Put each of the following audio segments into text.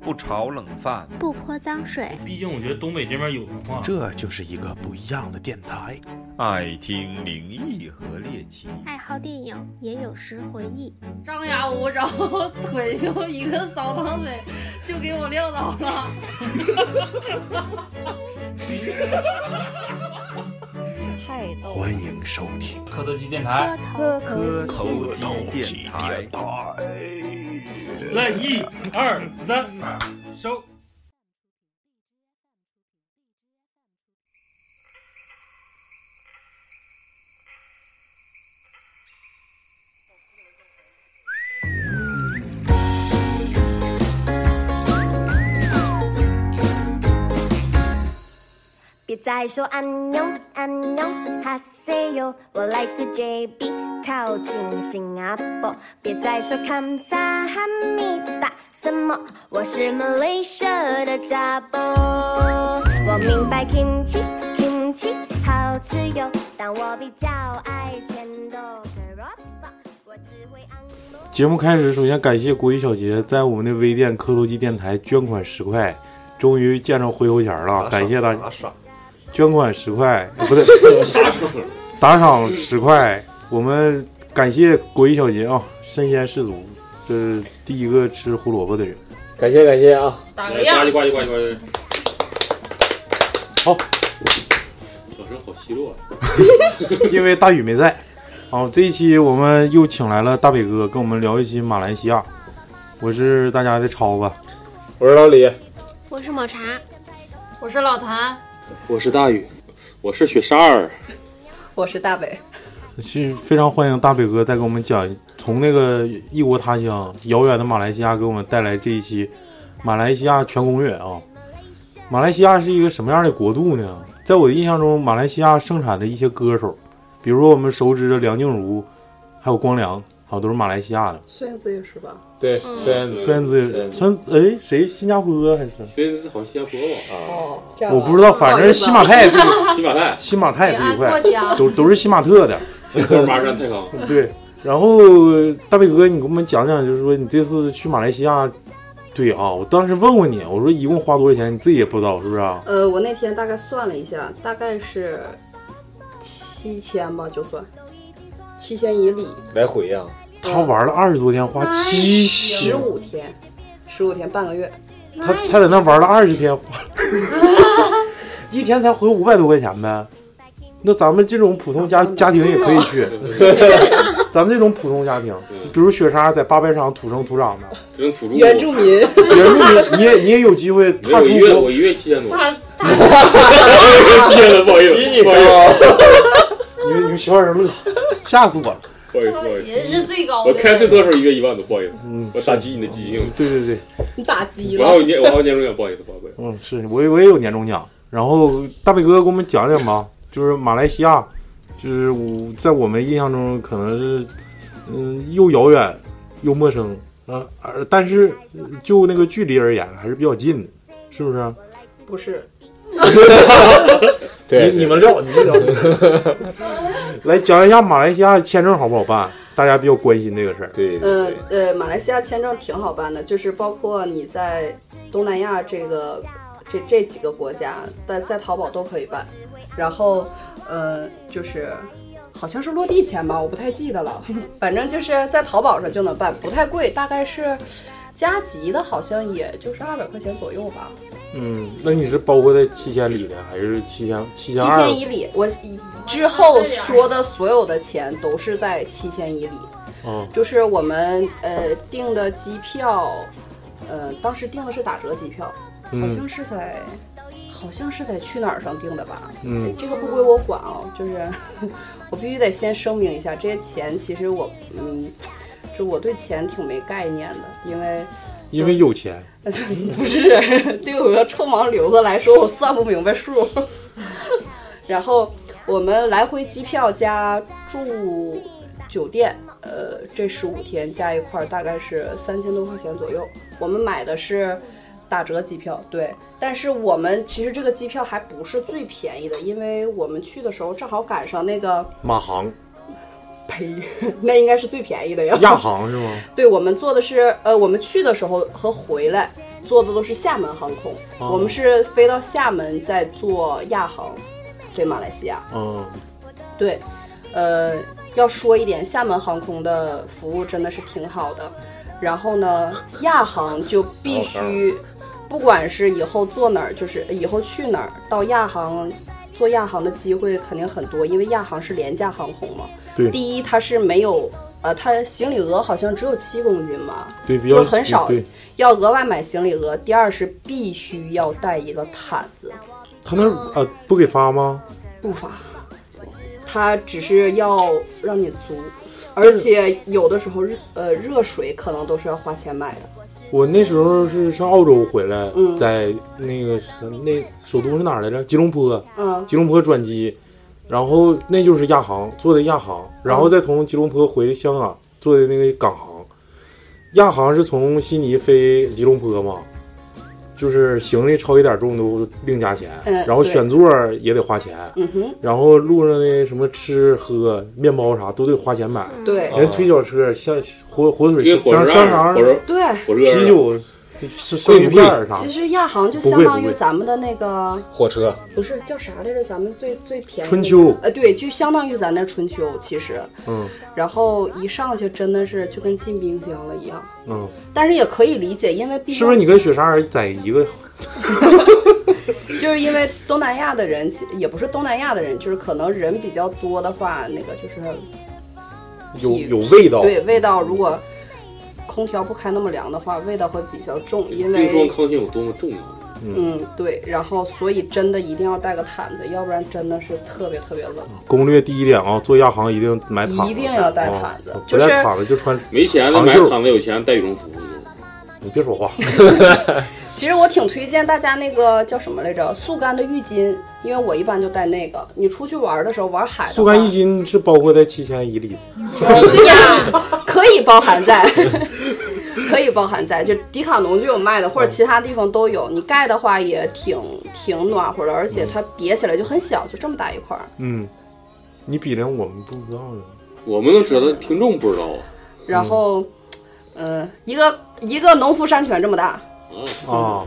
不炒冷饭，不泼脏水，毕竟我觉得东北这边有文化。这就是一个不一样的电台。爱听灵异和猎奇，爱好电影，也有时回忆。张牙舞爪， 腿就一个扫堂腿就给我撂倒了。太逗欢迎收听磕头机电磕台，头磕头机电台。来一二三，收。别再说安妞安妞哈塞哟，我来自 JB，靠近新加坡。别再说康萨哈密达什么，我是 Malaysia 的扎波。我明白 kimchi kimchi 好吃哟，但我比较爱甜豆的 r o 我只会安诺。节目开始，首先感谢国语小杰在我们的微店磕头机电台捐款十块，终于见着回头钱儿了，感谢大家！捐款十块，哎不对， 打赏十块，我们感谢国语小杰啊，身先士卒，这是第一个吃胡萝卜的人。感谢感谢啊！打个样，呱唧呱唧呱唧。好，小声好奚落啊！ 因为大宇没在。好，这一期我们又请来了大北哥，跟我们聊一期马来西亚。我是大家的超子，我是老李，我是抹茶，我是老谭，我是大宇，我是雪莎儿。我是大北，是非常欢迎大北哥再给我们讲从那个异国他乡遥远的马来西亚给我们带来这一期马来西亚全攻略啊。马来西亚是一个什么样的国度呢？在我的印象中，马来西亚盛产的一些歌手，比如说我们熟知的梁静茹，还有光良，好都是马来西亚的。孙燕姿也是吧？对，嗯孙燕姿，虽然只虽然哎谁新加坡还是孙燕姿好像新加坡吧？哦，这样我啊不知道，反正西马 泰这一，啊，新马泰西马泰别这一按块错家。都都是西马特的，新科尔巴山泰康。 对。然后大贝哥，你给我们讲讲，就是说你这次去马来西亚，对啊，我当时问过你，我说一共花多少钱，你自己也不知道是不是啊？呃，我那天大概算了一下，大概是七千吧，就算七千以里，来回呀、啊他玩了二十多天，花七十千，五天，十五天半个月，他他在那玩了二十天，花 一天才回五百多块钱呗。那咱们这种普通家家庭也可以 去，咱们这种普通家庭，比如雪莎在八百场土生土长的，这种土著，原住民 也是你，你也你也有机会没踏有出一月，国我一月七千多，他他七千 多，不好意思，比你高，你们你们小点声乐， 吓死我了。不好意思，不好意思。人是最高的。我开最多的时候一月一万多，不好意思，嗯，我打击你的积极性。对对对，你打击我了还有，年，我还有年终奖，不好意思，不好意思。嗯，是我也我也有年终奖。然后大北哥给我们讲讲吧，就是马来西亚，就是我在我们印象中可能是，嗯，又遥远又陌生啊，而但是就那个距离而言还是比较近的，是啊不是？不是你你们聊，你们聊。来讲一下马来西亚签证好不好办？大家比较关心这个事儿。对呃呃，马来西亚签证挺好办的，就是包括你在东南亚这个这这几个国家，但在淘宝都可以办。然后呃，就是好像是落地签吧，我不太记得了， 反正就是在淘宝上就能办，不太贵，大概是加急的，好像也就是二百块钱左右吧，嗯，那你是包括在七千里的，还是七千七七千二？千以里。我之后说的所有的钱都是在七千以里。嗯，就是我们呃订的机票，呃当时订的是打折机票，好像是在、好像是在去哪儿上订的吧？嗯这个不归我管啊、就是 我必须得先声明一下，这些钱其实我嗯，就我对钱挺没概念的，因为。因为有钱。 不是，对我个臭盲流子来说，我算不明白数。然后我们来回机票加住酒店，呃，这十五天加一块儿大概是三千多块钱左右。我们买的是打折机票，对。但是我们其实这个机票还不是最便宜的，因为我们去的时候正好赶上那个，马航、呸， 那应该是最便宜的呀。亚航是吗？对我们做的是，呃，我们去的时候和回来坐的都是厦门航空，哦我们是飞到厦门再坐亚航飞马来西亚。嗯，对，呃，要说一点，厦门航空的服务真的是挺好的。然后呢，亚航就必须，不管是以后坐哪儿，就是以后去哪儿，到亚航坐亚航的机会肯定很多，因为亚航是廉价航空嘛。对第一，它是没有，呃，它行李额好像只有七公斤吧，对，比就较很少对，要额外买行李额。第二是必须要带一个毯子，他那儿呃不给发吗？不发，他只是要让你租，而且有的时候热呃热水可能都是要花钱买的。我那时候是上澳洲回来，嗯在那个是那首都是哪儿来着？吉隆坡，嗯，吉隆坡转机，然后那就是亚航坐的亚航，然嗯后再从吉隆坡回香港坐的那个港航。亚航是从悉尼飞吉隆坡嘛，就是行李超一点重都另加钱，嗯然后对选座儿也得花钱，嗯哼，然后路上的什么吃喝、面包啥都得花钱买，对啊连推小车、像火火这腿、个火香车香站、肠火、车对。火车啤站酒、生生鱼片儿啥其的，实亚航就不相贵当不于贵咱们的那个火车不是叫啥来着？咱们最最便宜的春秋呃，对，就相当于咱的春秋其实。嗯然后一上去真的是就跟进冰箱了一样，嗯，但是也可以理解，因为毕竟是不是你跟雪莎儿在一个就是因为东南亚的人，其也不是东南亚的人，就是可能人比较多的话，那个就是有体有味道？对味道，如果空调不开那么凉的话，味道会比较重，因对为装抗性有多么重要？嗯对，然后所以真的一定要带个毯子，要不然真的是特别特别冷，攻略第一点啊，做亚航一定买毯子，一定要带毯子啊就不是带毯子就穿，没钱的长买袖毯子，有钱带羽绒服。你别说话，其实我挺推荐大家那个叫什么来着，速干的浴巾，因为我一般就带那个。你出去玩的时候玩海的话，速干浴巾是包括在七千一里，对呀，可以包 含在，可以包含在，就迪卡侬就有卖的，或嗯者其他地方都有。你盖的话也挺挺暖和的，而且它叠起来就很小，就这么大一块儿。嗯，你比量我们不知道呀，我们能知道，听众不知道啊。然后，嗯、一个一个农夫山泉这么大，啊，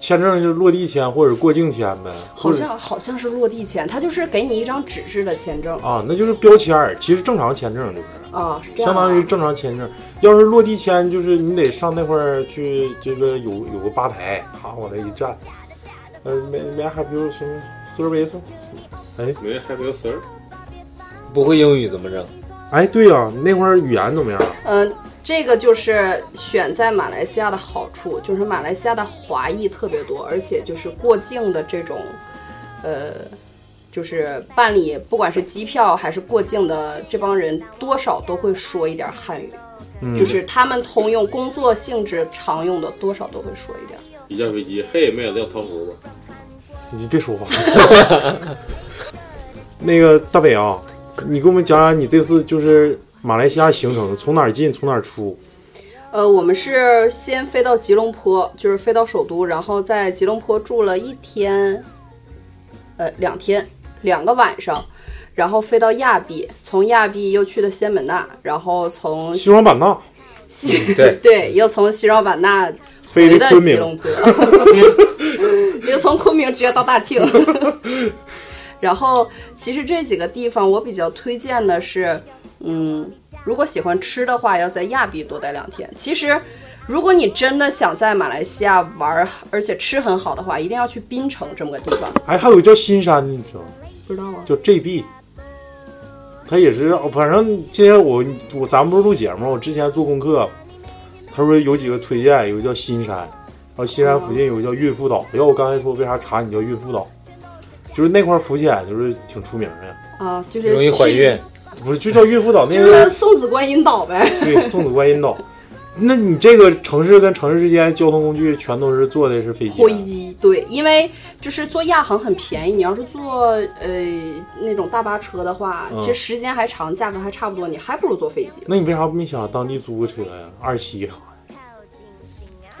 签证就落地签或者过境签呗，好或者像好像是落地签，它就是给你一张纸质的签证啊，那就是标签儿，其实正常签证就是。啊，是这样相的当于正常签证，要是落地签，就是你得上那块儿去，这个有有个吧台，咔往那一站，呃，没没还比如什么 service，哎没还没有词儿，不会英语怎么整？哎，对呀、那块儿语言怎么样？啊嗯，这个就是选在马来西亚的好处，就是马来西亚的华裔特别多，而且就是过境的这种，呃，就是办理不管是机票还是过境的这帮人，多少都会说一点汉语，嗯，就是他们通用工作性质常用的，多少都会说一点。一架飞机，嘿，妹子要糖葫芦吧？你别说话。 那个大北啊，你给我们讲讲你这次就是马来西亚行程，从哪儿进，从哪儿出？呃，我们是先飞到吉隆坡，就是飞到首都，然后在吉隆坡住了一天，呃，两天，两个晚上，然后飞到亚庇，从亚庇又去的仙本那，然后从西双版纳，西对 对，又从西双版纳飞回的的昆吉明，隆坡，又 从昆明直接到大庆。 然后，其实这几个地方我比较推荐的是，嗯，如果喜欢吃的话，要在亚庇多待两天。其实，如果你真的想在马来西亚玩儿，而且吃很好的话，一定要去槟城这么个地方。哎，还有个叫新山的，你知道吗？不知道啊？叫 JB，他也是，哦反正今天我我咱们不是录节目，我之前做功课，他说有几个推荐，有个叫新山，然后新山附近有个叫孕妇岛。要我刚才说为啥查你叫孕妇岛，就是那块儿浮潜就是挺出名的，啊，就是容易怀去，孕。不是就叫孕妇岛 那就个是送子观音岛呗。对送子观音岛。那你这个城市跟城市之间交通工具全都是坐的是飞机啊，飞机对，因为就是坐亚航很便宜，你要是坐呃那种大巴车的话，嗯其实时间还长，价格还差不多，你还不如坐飞机。那你为啥没想当地租个车呀？二七啥的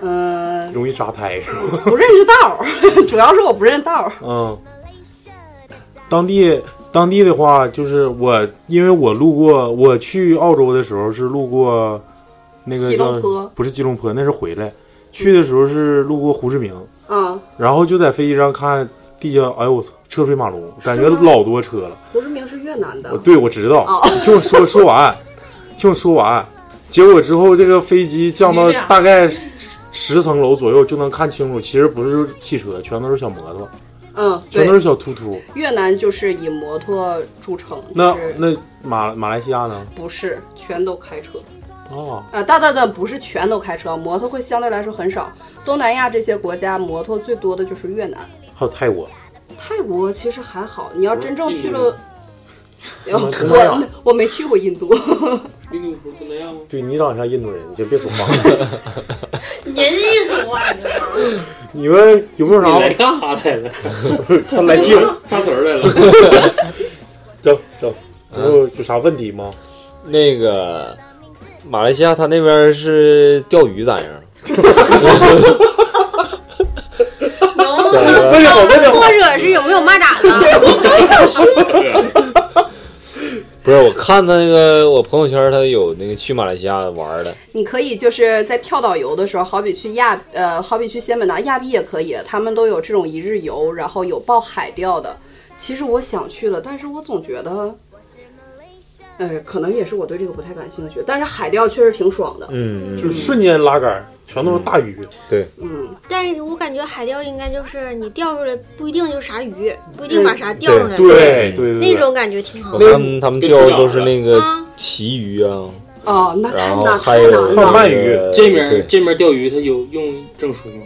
嗯、容易扎胎是吧？不认识道儿， 主要是我不认道儿。嗯，当地当地的话，就是我因为我路过，我去澳洲的时候是路过那个吉叫隆坡不是吉隆坡，那是回来去的时候是路过胡志明，嗯，然后就在飞机上看地下，哎呦我操，车水马龙，感觉老多车了。胡志明是越哦南的我，哦对，我知道。听我说说完， 听我说完。结果之后，这个飞机降到大概十十层楼左右就能看清楚，其实不是汽车，全都是小摩托，嗯，全都对是，小突突。越南就是以摩托著称，那就是那马马来西亚呢？不是全都开车。哦，啊，大大的不是全都开车，摩托会相对来说很少。东南亚这些国家，摩托最多的就是越南，还有泰国，泰国其实还好。你要真正去印度了呢， 有东南亚我我没去过印度， 印度不是东南亚吗？对你长像印度人，你先别说话了。 人一说话，啊你知道吗你们有没有你来啥？干啥来了？他来听，插词儿来了。整整，嗯有有啥问题吗？那个马来西亚，他那边是钓鱼咋样？能不咋能？ 样？问好，问或者是有没有蚂蚱呢？不是，我看他那个，我朋友圈他有那个去马来西亚玩的，你可以就是在跳岛游的时候，好比去亚呃，好比去仙本那、亚庇也可以，他们都有这种一日游，然后有报海钓的。其实我想去了，但是我总觉得，呃，可能也是我对这个不太感兴趣。但是海钓确实挺爽的，嗯，就是瞬间拉杆儿，全都是大鱼。对，嗯，但是我感觉海钓应该就是你钓出来不一定就是啥鱼，不一定把啥钓上来，对对对嗯那对，种感觉挺好我的。看他们钓的都是那个啊，旗鱼啊，哦，那太然后难还太有难贩了。卖鱼那个这面对这面钓鱼，它有用证书吗？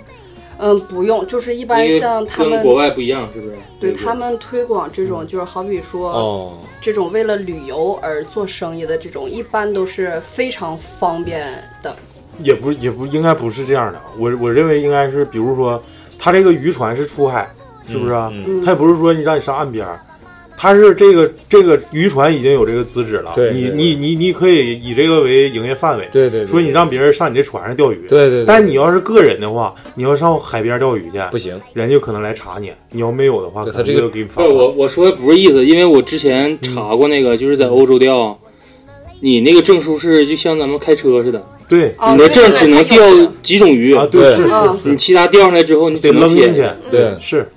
嗯，不用，就是一般因像为他跟国们外不一样，是不是？对他们推广这种，就是好比说、哦，这种为了旅游而做生意的这种，一般都是非常方便的。也不也不应该不是这样的。我我认为应该是，比如说，他这个渔船是出海，是不是啊？嗯嗯他也不是说你让你上岸边儿，他是这个这个渔船已经有这个资质了，对你对你你你可以以这个为营业范围，对对，对说你让别人上你这船上钓鱼，对对对，但你要是个人的话，你要上海边钓鱼去，不行，人家就可能来查你，你要没有的话，对可他能这个就给你不罚是款。我我说的不是意思，因为我之前查过那个，就是在欧洲钓，你那个证书是就像咱们开车似的，对哦你的对证对只能它有钓的几种鱼，啊，对是嗯是你是，其他钓上来之后你得只能扔进去撇。，对，是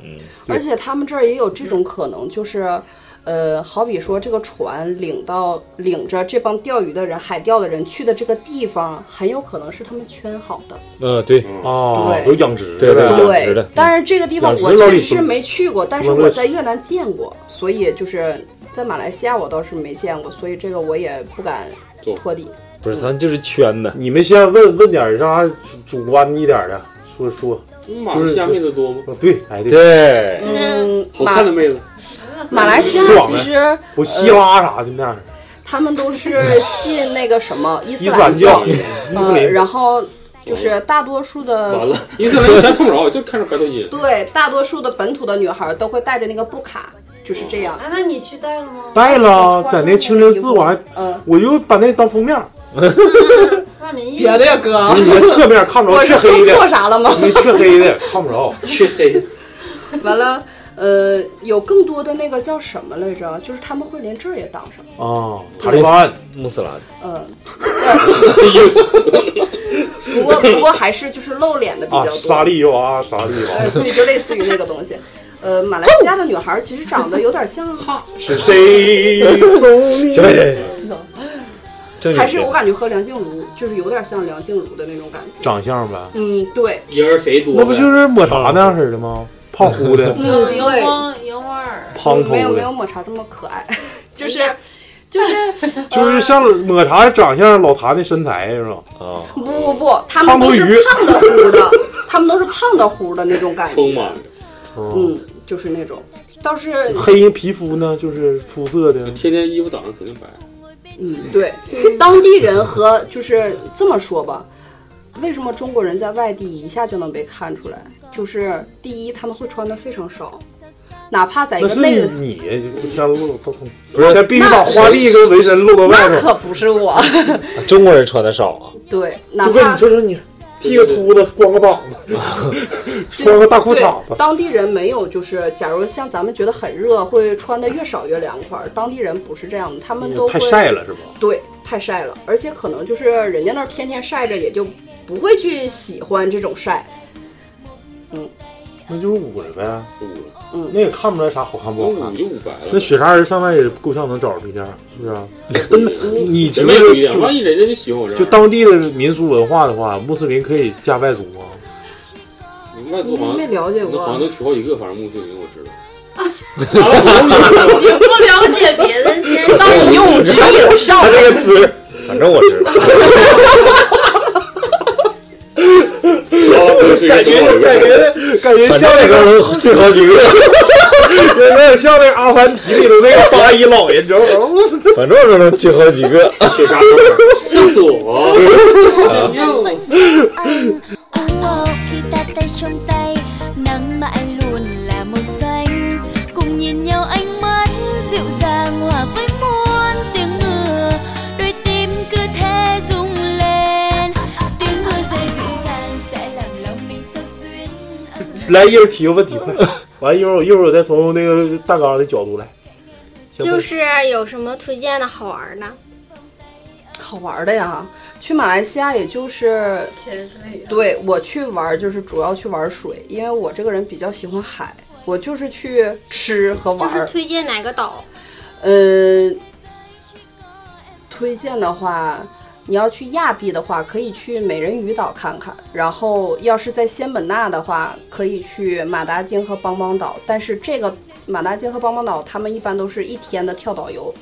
而且他们这儿也有这种可能，就是，呃，好比说这个船领到领着这帮钓鱼的人、海钓的人去的这个地方，很有可能是他们圈好的。嗯，对，哦，对有养殖对的对呗养殖的但是这个地方养殖我老确李实是没去过，但是不能我再在越南见过，所以就是在马来西亚我倒是没见过，所以这个我也不敢做托底。不是，咱就是圈的，你们先问问点儿啥主观一点儿的，说说。马来西亚妹子多吗？哦，对，哎对，对，嗯，好马看的妹子，马来西亚爽其呗实我希拉啥的那样，他们都是信那个什 么伊斯伊斯兰教教，，伊斯呃，兰然后就是大多数完的。了，伊斯兰啥也看不着，啊就看着白头巾。对，大多数的本土的女孩都会带着那个布卡，就是这样。啊，那你去带了吗？带了，在那清真寺我还嗯，我就把那当封面，那没意别思。的呀，哥，你的侧面看不着，啊我黢是黑做错的，啥了吗？ 那黢黑的看不着。黢黑， 完了，呃，有更多的那个叫什么来着？就是他们会连这儿也挡上。啊，塔利班，穆斯兰， 嗯，不过不过还是就是露脸的比较啊，多。沙利娃，沙利呃，娃，哎对，就类似于那个东西。呃，马来西亚的女孩其实长得有点像是谁送你行？ 正还经是的我感觉和梁静茹就是有点像梁静茹的那种感觉。长相呗，嗯，对，人儿肥多呗。那不就是抹茶那样式的吗？胖乎的，嗯荧对光荧光耳， 胖没有头没有的，抹茶这么可爱，就是就是就是像抹茶长相，老谭的身材是吧？啊， 不不不，他们都是胖的乎的，他们都是胖的乎的那种感丰觉满，，嗯，嗯，就是那种，倒是黑皮肤呢，就是肤色的，天天衣服挡上肯定白。 嗯对，当地人和就是这么说吧，为什么中国人在外地一下就能被看出来？就是第一，他们会穿的非常少，哪怕在一那个是内。你天露都不是先必须把花臂跟纹身露到外那头，可不 是我，中国人穿的少啊，对，哪就跟怕你说说你剃个秃子，光个膀 子，穿个大裤衩对子，当地人没有，就是假如像咱们觉得很热，会穿的越少越凉快儿。当地人不是这样的，他们都会嗯太晒了是吧？对，太晒了，而且可能就是人家那儿天天晒着，也就不会去喜欢这种晒。嗯，那就是捂了呗，嗯，那也看不出来啥好看不好看，就捂白了那雪啥人上外也够呛能找着对象，是不是？那你其人实家不一样，就万一人家就喜欢我这就样，当地的民俗文化的话，穆斯林可以嫁外族吗？外族好像没了解过那啊好像 能娶好几个，反正穆斯林我 知道。你不了解别人 先当你用只有上啊他这个词儿，反正我 知道。哦感感觉哎感觉像那个能进好 几个，有点像那个阿凡提里头那个八一老爷，你知道吗？我操！反正我能进好几个。雪啥哥们 儿，吓死我了！ Ô khi ta tay trong tay Nắng mãi luôn là màu xanh Cùng nhìn nhau ánh mắt Dịu dàng hòa với muôn tiếng mưa Đôi tim cứ thế rung lên Tiếng mưa rơi dịu dàng Sẽ làm lòng mình sao xuyên 来，一人提个问题，快！完一会儿一会儿我再从那个大纲的角度来。先就问是有什么推荐的好玩的？好玩的呀。去马来西亚，也就是潜水。啊对我去玩儿，就是主要去玩儿水，因为我这个人比较喜欢海，我就是去吃和就玩是儿。推荐哪个岛？呃，推荐的话，你要去亚庇的话，可以去美人鱼岛看看。然后，要是在仙本那的话，可以去马达津和邦邦岛。但是这个马达津和邦邦岛，他们一般都是一天的跳岛游，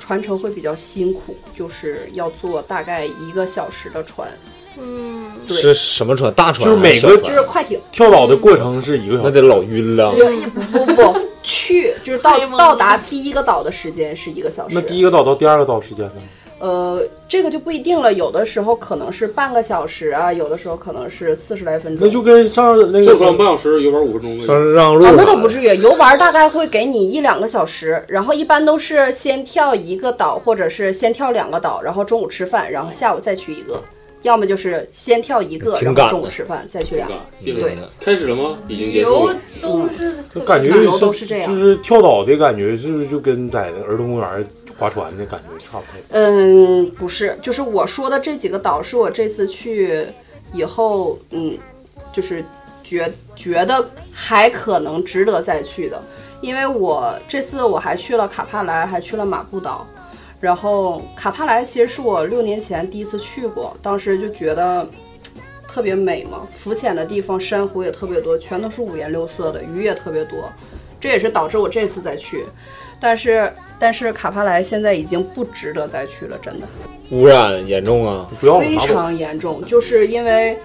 船程会比较辛苦，就是要坐大概一个小时的船，嗯，对是什么船？大船就是还每小个船就是快艇。跳岛的过程是一个小那时，得老晕了。对，不不不，去就是到吹吗到达第一个岛的时间是一个小时。那第一个岛到第二个岛时间呢？呃，这个就不一定了，有的时候可能是半个小时啊，有的时候可能是四十来分钟。那就跟上那这个船半小时游玩五分钟呗。上让路啊，啥的那倒不至于，游玩大概会给你一两个小时，然后一般都是先跳一个岛，或者是先跳两个岛，然后中午吃饭，然后下午再去一个，要么就是先跳一个，挺然赶后中午吃饭再去两个。啊进来对了开始了吗？已经旅结束游了。都是特就别感觉大楼都是这样就是跳岛的感觉，是不是就跟在那儿童公园划船的感觉差不太多？嗯，不是，就是我说的这几个岛是我这次去以后，嗯，就是觉觉得还可能值得再去的，因为我这次我还去了卡帕莱，还去了马布岛。然后卡帕莱其实是我六年前第一次去过，当时就觉得特别美嘛，浮潜的地方珊瑚也特别多，全都是五颜六色的，鱼也特别多，这也是导致我这次再去。但是但是卡帕莱现在已经不值得再去了，真的污染严重啊！不要往非哪跑，常严重，就是因为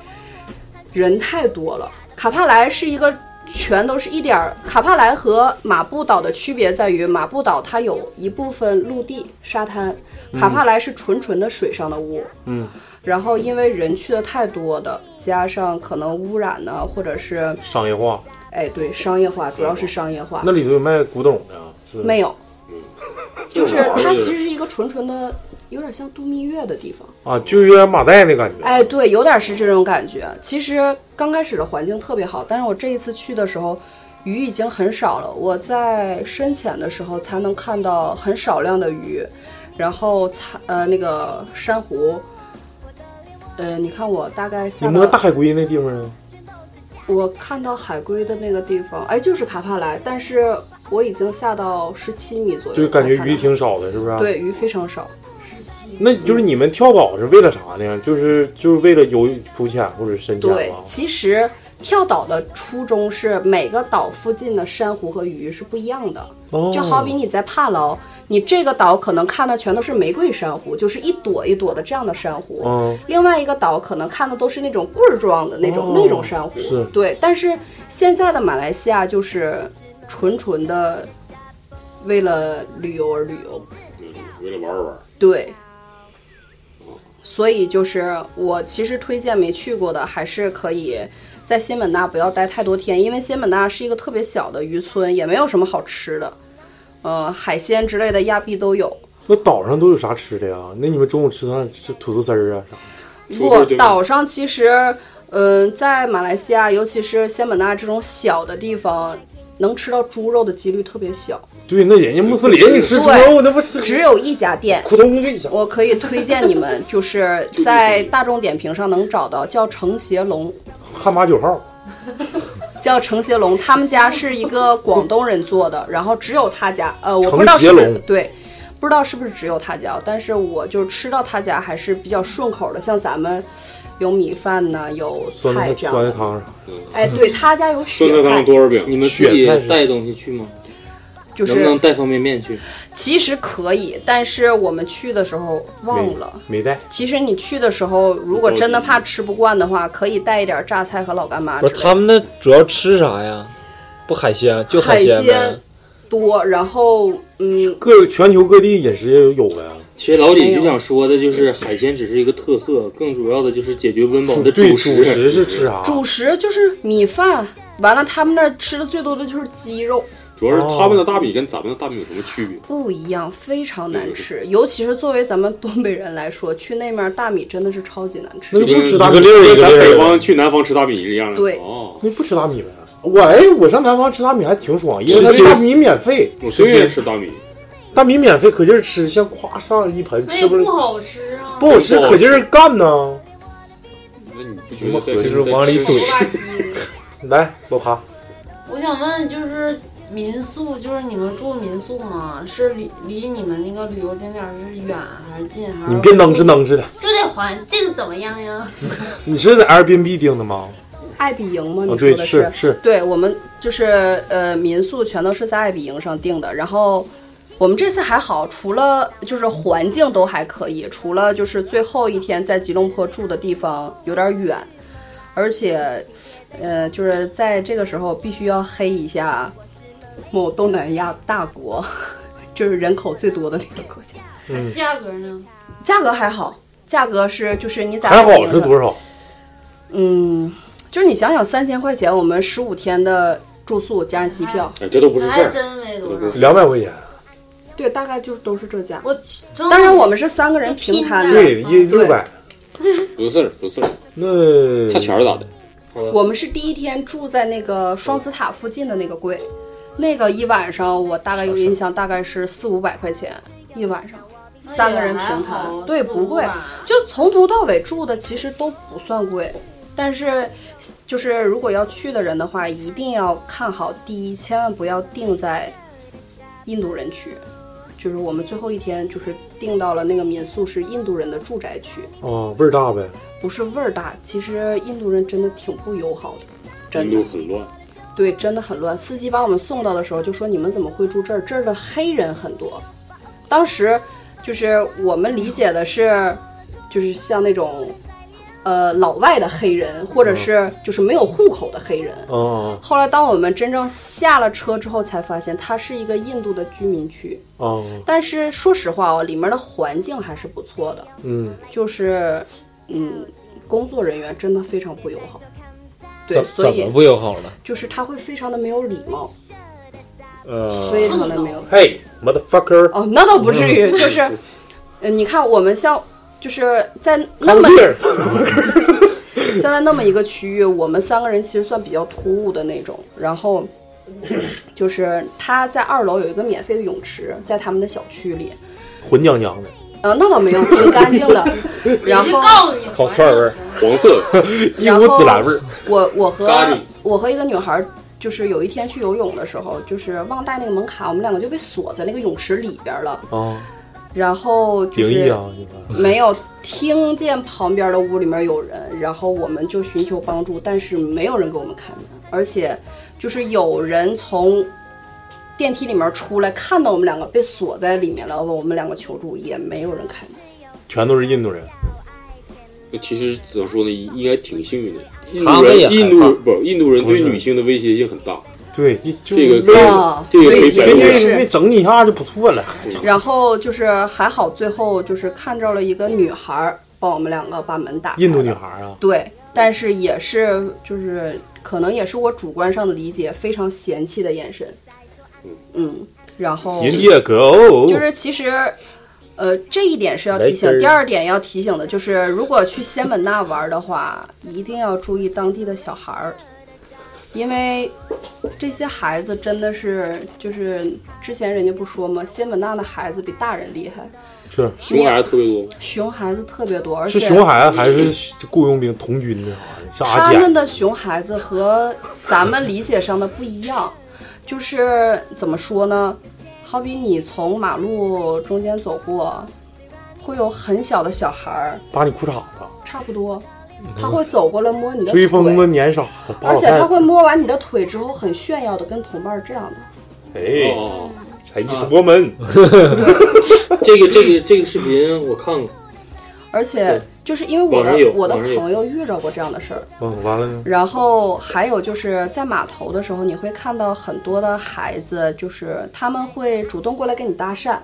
人太多了。卡帕莱是一个全都是一点儿，卡帕莱和马布岛的区别在于，马布岛它有一部分陆地沙滩，卡帕莱是纯纯的水上的屋。嗯。然后因为人去的太多的，加上可能污染呢，或者是商业化。哎对商业化，主要是商业化。那里头有卖古董的啊，是没有， 就是它其实实是一个纯纯的，有点像度蜜月的地方。啊，就有点马代那感觉。哎，对，有点是这种感觉。其实刚开始的环境特别好，但是我这一次去的时候，鱼已经很少了。我在深潜的时候才能看到很少量的鱼，然后才呃那个珊瑚，呃，你看我大概你下摸到大海龟那地方啊呢？我看到海龟的那个地方，哎，就是卡帕莱，但是我已经下到十七米左右才就看感到，觉鱼挺少的，是不是？。对鱼非常少。那就是你们跳岛是为了啥呢？就是就是为了有浮潜或者深潜对吗，？其实跳岛的初衷是每个岛附近的珊瑚和鱼是不一样的，哦就好比你在帕劳，你这个岛可能看的全都是玫瑰珊瑚，就是一朵一朵的这样的珊瑚。嗯，另外一个岛可能看的都是那种棍儿状的那种、哦那种珊瑚，是对。但是现在的马来西亚就是纯纯的为了旅游而旅游，嗯为了玩儿玩哦儿，对，所以就是我其实推荐没去过的，还是可以在仙本那不要待太多天，因为仙本那是一个特别小的渔村，也没有什么好吃的，呃，海鲜之类的亚庇都有。那岛上都有啥吃的呀？那你们中午吃啥？吃土豆丝儿啊啥？出事不儿，对吧岛上其呃实，嗯、在马来西亚，尤其是仙本那这种小的地方，能吃到猪肉的几率特别小。对，那人家穆斯林，你吃猪肉那不是对 只有一家店，咕咚这一下。我可以推荐你们，就是在大众点评上能找到，叫程协龙，汉堡九号，叫程协龙，他们家是一个广东人做的， 然后只有他家，呃，我不程知道协是不是龙对，不知道是不是只有他家，但是我就是吃到他家还是比较顺口的，像咱们有米饭呐、有酸菜菜这样酸菜的，汤啥。哎，对他家有嗯酸菜雪菜汤，多少饼？你们雪自菜己是带东西去吗？就能不能是带方便面去？其实可以，但是我们去的时候忘了。没带。其实你去的时候，如果真的怕吃不惯的话，可以带一点榨菜和老干妈不之是类他的，们那主要吃啥呀？不海鲜，就海鲜呗鲜。多。然后，嗯，各全球各地饮食也有呗。其实老没李有就想说的就是，海鲜只是一个特色，更主要的就是解决温饱的主对，主食是吃啥？主食就是米饭，完了他们那儿吃的最多的就是鸡肉，主要是他们的大米跟咱们的大米有什么区别？不一样，非常难吃。尤其是作为咱们东北人来说，去那面儿大米真的是超级难吃那。就不吃大米，一个粒儿一个粒咱儿北方去南方吃大米是一样的。对哦，那不吃大米呗。我哎，我上南方吃大米还挺爽，因为它是大米免费，我最愿意吃大米，大米免费可劲儿吃，像夸上一盆，那吃也不了不好吃啊，不好吃不好可吃劲儿干呢。那你不觉得在就是往里不怼吧唧的。来，老哈，我想问，就是民宿，就是你们住民宿吗？是离离你们那个旅游景点儿是远还是近？还是你嗯别能吃能吃的。住的环境怎么样呀？你是在 Airbnb 订的吗？爱彼迎吗？啊，你哦对说，的是是， 对，我们就是呃民宿全都是在爱彼迎上订的，然后我们这次还好，除了就是环境都还可以，除了就是最后一天在吉隆坡住的地方有点远，而且呃就是在这个时候必须要黑一下某东南亚大国， 就是人口最多的那个国家，价格呢？价格还好，价格是就是你在还爱彼好迎是上多少？嗯，就是你想想三千块钱，我们十五天的住宿加上机票，哎，这都不是那事还儿。真没多少。两百块钱。嗯对，大概就是都是这价。我真当然，我们是三个人平摊的，对，一六对百。不是事儿，不是事儿，那差钱儿咋的？我们是第一天住在那个双子塔附近的那个贵，那个一晚上我大概有印象，大概是四五百块钱一晚上，三个人平那也还好摊，对，四不五贵百，就从头到尾住的其实都不算贵。但是，就是如果要去的人的话，一定要看好第一，千万不要定在印度人区。就是我们最后一天就是定到了那个民宿是印度人的住宅区，哦，味儿大呗。不是味儿大，其实印度人真的挺不友好的，真印的度很乱，对，真的很乱。司机把我们送到的时候就说：“你们怎么会住这儿？这儿的黑人很多。”当时就是我们理解的是，就是像那种呃老外的黑人，或者嗯是就是没有户口的黑人。哦后来当我们真正下了车之后，才发现它是一个印度的居民区。哦哦，但是说实话哦，里面的环境还是不错的，嗯，就是嗯，工作人员真的非常不友好。对，怎所怎么以不友好了？就是他会非常的没有礼貌。呃，非常的没有。嘿，motherfucker，哦，那倒不至嗯于，就是，呃，你看我们像就是在那么地儿， 像在那么一个区域，我们三个人其实算比较突兀的那种。然后就是他在二楼有一个免费的泳池，在他们的小区里，混浆浆的，呃，那倒没有，挺干净 的。然就后告诉你，烤串味儿，黄色 的，一股孜然味儿。我我和咖喱我和一个女孩儿，就是有一天去游泳的时候，就是忘带那个门卡，我们两个就被锁在那个泳池里边儿了。啊，然后就灵是异啊，你看。没有听见旁边的屋里面有人，然后我们就寻求帮助，但是没有人给我们开门，而且就是有人从电梯里面出来，看到我们两个被锁在里面了，问我们两个求助，也没有人开门。全都是印度人。其实怎么说呢，应该挺幸运的。印他度们也人，害印怕度不，印度人不是对女性的威胁性很大。对，一就这个可以啊，这个可对，以也百分之也百没没是。整你一下就不错了。 然后就是还好，最后就是看着了一个女孩儿帮我们两个把门打开了。印度女孩啊，对，但是也是就是可能也是我主观上的理解，非常嫌弃的眼神。嗯，然后人家狗就是其实，呃，这一点是要提来根醒。儿第二点要提醒的就是，如果去仙本那玩儿的话，一定要注意当地的小孩儿。因为这些孩子真的是，就是之前人家不说吗？仙本那的孩子比大人厉害，是熊孩子特别多吗？熊孩子特别多，而且是熊孩子还是雇佣兵童军呢？是阿他姐们的熊孩子和咱们理解上的不一样，就是怎么说呢？好比你从马路中间走过，会有很小的小孩儿，扒你裤衩差不多，嗯他会走过来摸你子，的吹腿，风子撵傻子，扒而老且太他太。会摸完你的腿之后，很炫耀的跟同伴儿这样的。哎，啊才艺是我们。哦这个这个这个视频我看过，而且对就是因为我网上有的我的网上有朋友遇着过这样的事儿，嗯，完了呢，然后还有就是在码头的时候，你会看到很多的孩子，就是他们会主动过来跟你搭讪，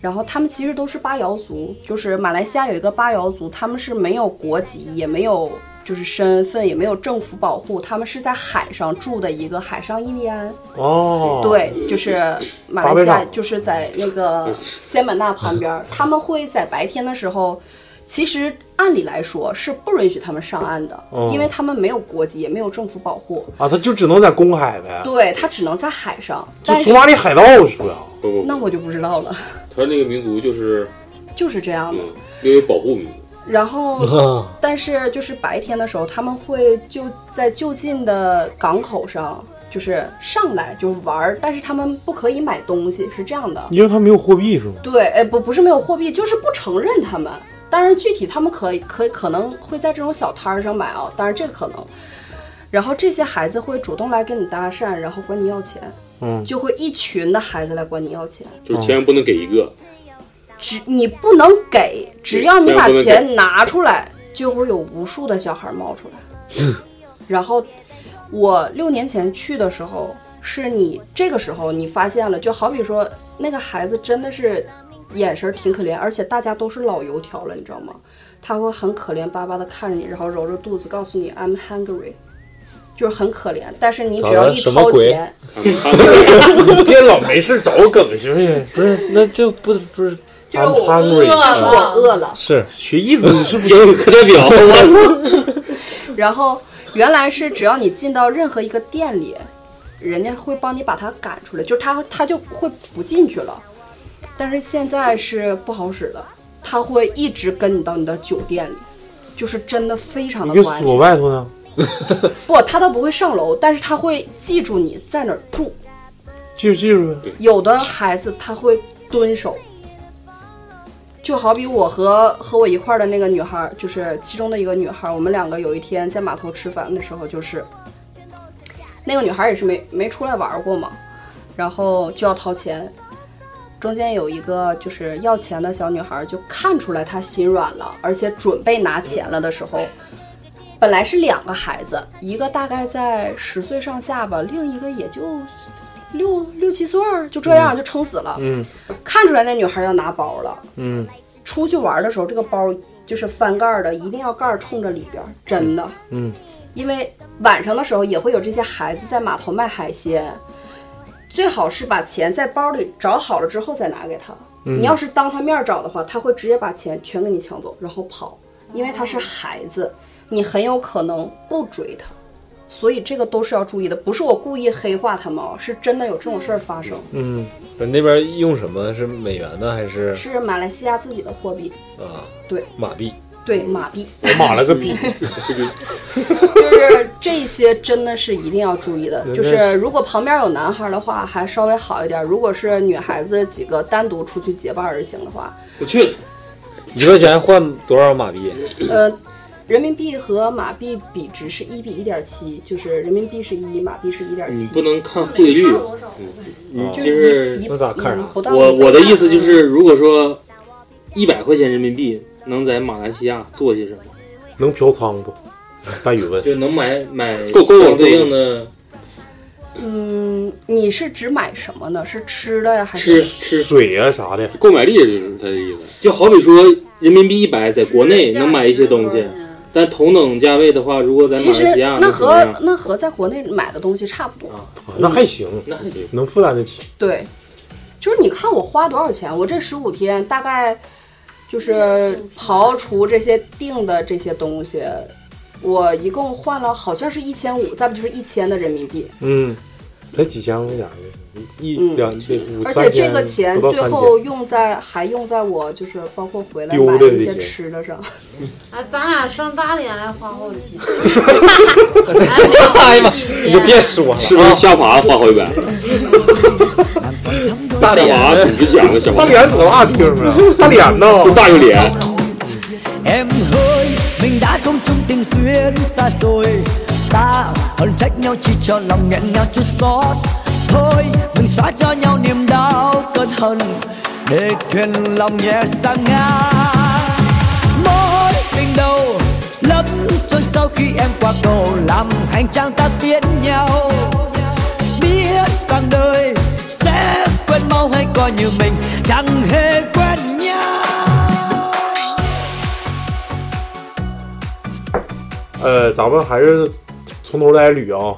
然后他们其实都是巴瑶族，就是马来西亚有一个巴瑶族，他们是没有国籍，也没有就是身份，也没有政府保护，他们是在海上住的一个海上印第安。哦，对，就是马来巴贝西亚，塔就是在那个仙本那旁边儿，他们会在白天的时候，其实按理来说是不允许他们上岸的，哦因为他们没有国籍，也没有政府保护，啊，他就只能在公海呗，对他只能在海上。就但是索马里海盗是不是啊？不不那我就不知道了，他那个民族就是就是这样的。嗯，因为保护民族，然后，但是就是白天的时候，他们会就在就近的港口上，就是上来就是玩儿，但是他们不可以买东西，是这样的。因为他没有货币是吗？对，哎，不不是没有货币，就是不承认他们。当然，具体他们可以可以可能会在这种小摊儿上买啊，当然这个可能。然后这些孩子会主动来跟你搭讪，然后管你要钱，嗯，就会一群的孩子来管你要钱。就是千万不能给一个。只你不能给，只要你千万把不能给钱拿出来，就会有无数的小孩冒出来。 然后我六年前去的时候，是你这个时候你发现了，就好比说那个孩子真的是眼神儿挺可怜，而且大家都是老油条了，你知道吗？他会很可怜巴巴的看着你，然后揉着肚子告诉你 “I'm hungry”，就是很可怜。但是你只要一什么掏鬼钱，？ 你别老没事找我梗行不行？不是，那就不不是。就是 I'm 我 hungry 就是我饿了。是学艺术你是不是英语课代 表，我操！然后原来是只要你进到任何一个店里，人家会帮你把它赶出来，就是他他就会不进去了。但是现在是不好使的，他会一直跟你到你的酒店里，就是真的非常你的给不安锁全。外头呢？不，他倒不会上楼，但是他会记住你在哪儿住。记住记住呗。有的孩子他会蹲守，就好比我和和我一块儿的那个女孩儿，就是其中的一个女孩儿，我们两个有一天在码头吃饭的时候，就是那个女孩儿也是没没出来玩儿过嘛，然后就要掏钱，中间有一个就是要钱的小女孩儿，就看出来她心软了，而且准备拿钱了的时候。本来是两个孩子，一个大概在十岁上下吧，另一个也就六六七岁儿，就这样、就撑死了。嗯看出来那女孩要拿包了。嗯，出去玩的时候，这个包就是翻盖儿的，一定要盖儿冲着里边儿，真的。嗯，因为晚上的时候也会有这些孩子在码头卖海鲜，最好是把钱在包里找好了之后再拿给他。嗯你要是当他面找的话，他会直接把钱全给你抢走，然后跑，因为他是孩子，你很有可能不追他。所以这个都是要注意的，不是我故意黑化他们啊，是真的有这种事儿发生。嗯，不是那边用什么？是美元呢还是是马来西亚自己的货币，啊？对马币，对马币， 我马了个币。就是这些真的是一定要注意的。人家就是如果旁边有男孩的话，还稍微好一点；如果是女孩子几个单独出去结伴而行 的话，不去了， 一块钱换多少马币？呃，人民币和马币比值是一比一点七，就是人民币是一，马币是一点你嗯七。不能看汇率，嗯，你就是那咋看啊啥？不到我一百我的意思就是，如果说一百块钱人民币能在马来西亚做些什么，能嫖娼不？大宇问。就能买买够够相对应的嗯，你是指买什么呢？是吃的呀，还吃是吃水呀、啥的，购买力就是他的意思。就好比说人民币一百在国内能买一些东西，但同等价位的话，如果在其马实来西亚那能怎么和样？那和在国内买的东西差不多。啊嗯那还行，那还行，能负担得起。对，就是你看我花多少钱，我这十五天大概就是刨除这些定的这些东西，我一共换了好像是一千五，再不就是一千的人民币。嗯，才几千块钱儿呢，一一两千五嗯而且三这千个钱不到最三后千，用在还用在我就是包括回来丢买的一这些些吃的上。 啊，咱俩上大连还花好几千，哎呀妈，你就别说了，是不是虾爬花好几 百？大虾脸爬挺值钱的，虾大爬脸多大听 着？大脸呢？就大个脸。 Em hỡi, mình đã không chung tình duyên xa rồi Ta hận trách nhau chỉ cho lòng nghẹn ngào chút xót Thôi, mình xóa cho nhau niềm đau cơn hận Để thuyền lòng nhẹ sang ngang Mồ hôi tình đầu lấp trôi sau khi em qua cầu Làm hành trang ta tiến nhau Biết rằng đời sẽ quên mau hay coi như mình Chẳng hề quên nhau 呃，咱们还是从头来捋啊。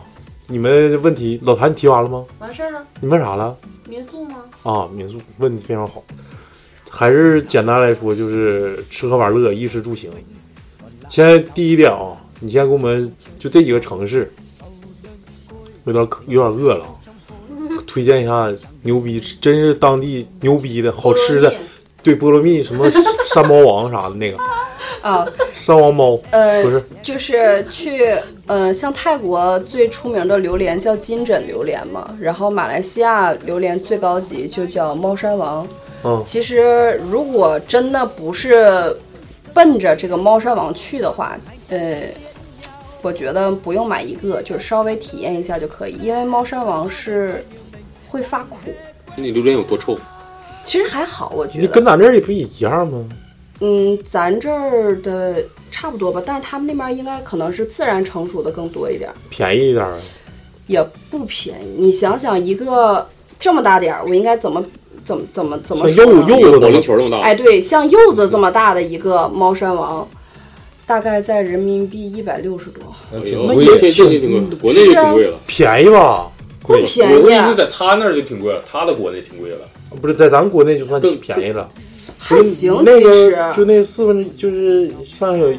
你们问题，老谭你提完了吗？完事儿了。你问啥了？民宿吗？ 啊，民宿问的非常好，还是简单来说就是吃喝玩乐、衣食住行。先第一点啊，你先给我们就这几个城市，有点渴有点饿了啊，推荐一下牛逼，真是当地牛逼的好吃的，对菠萝蜜什么山猫王啥的那个啊，山王猫，呃，不是就是去呃，像泰国最出名的榴莲叫金枕榴莲嘛，然后马来西亚榴莲最高级就叫猫山王。嗯其实如果真的不是奔着这个猫山王去的话，呃，我觉得不用买一个，就是稍微体验一下就可以，因为猫山王是会发苦，那榴莲有多臭？其实还好，我觉你得跟咱这儿也不一样吗？嗯，咱这儿的差不多吧，但是他们那边应该可能是自然成熟的更多一点，便宜一点儿啊，也不便宜。你想想，一个这么大点儿，我应该怎么怎么怎么怎么说像呢柚柚子啊保龄球那么大，哎，对，像柚子这么大的一个猫山王，大概在人民币一百六十多，哎挺呦那我也这这这挺贵，国内就挺贵了。便宜吧？不贵便我宜的意啊思，在他那儿就挺贵了，他的国内挺贵了。不是在咱国内就算便宜了。还行，嗯那其个实就那四分之就是像有，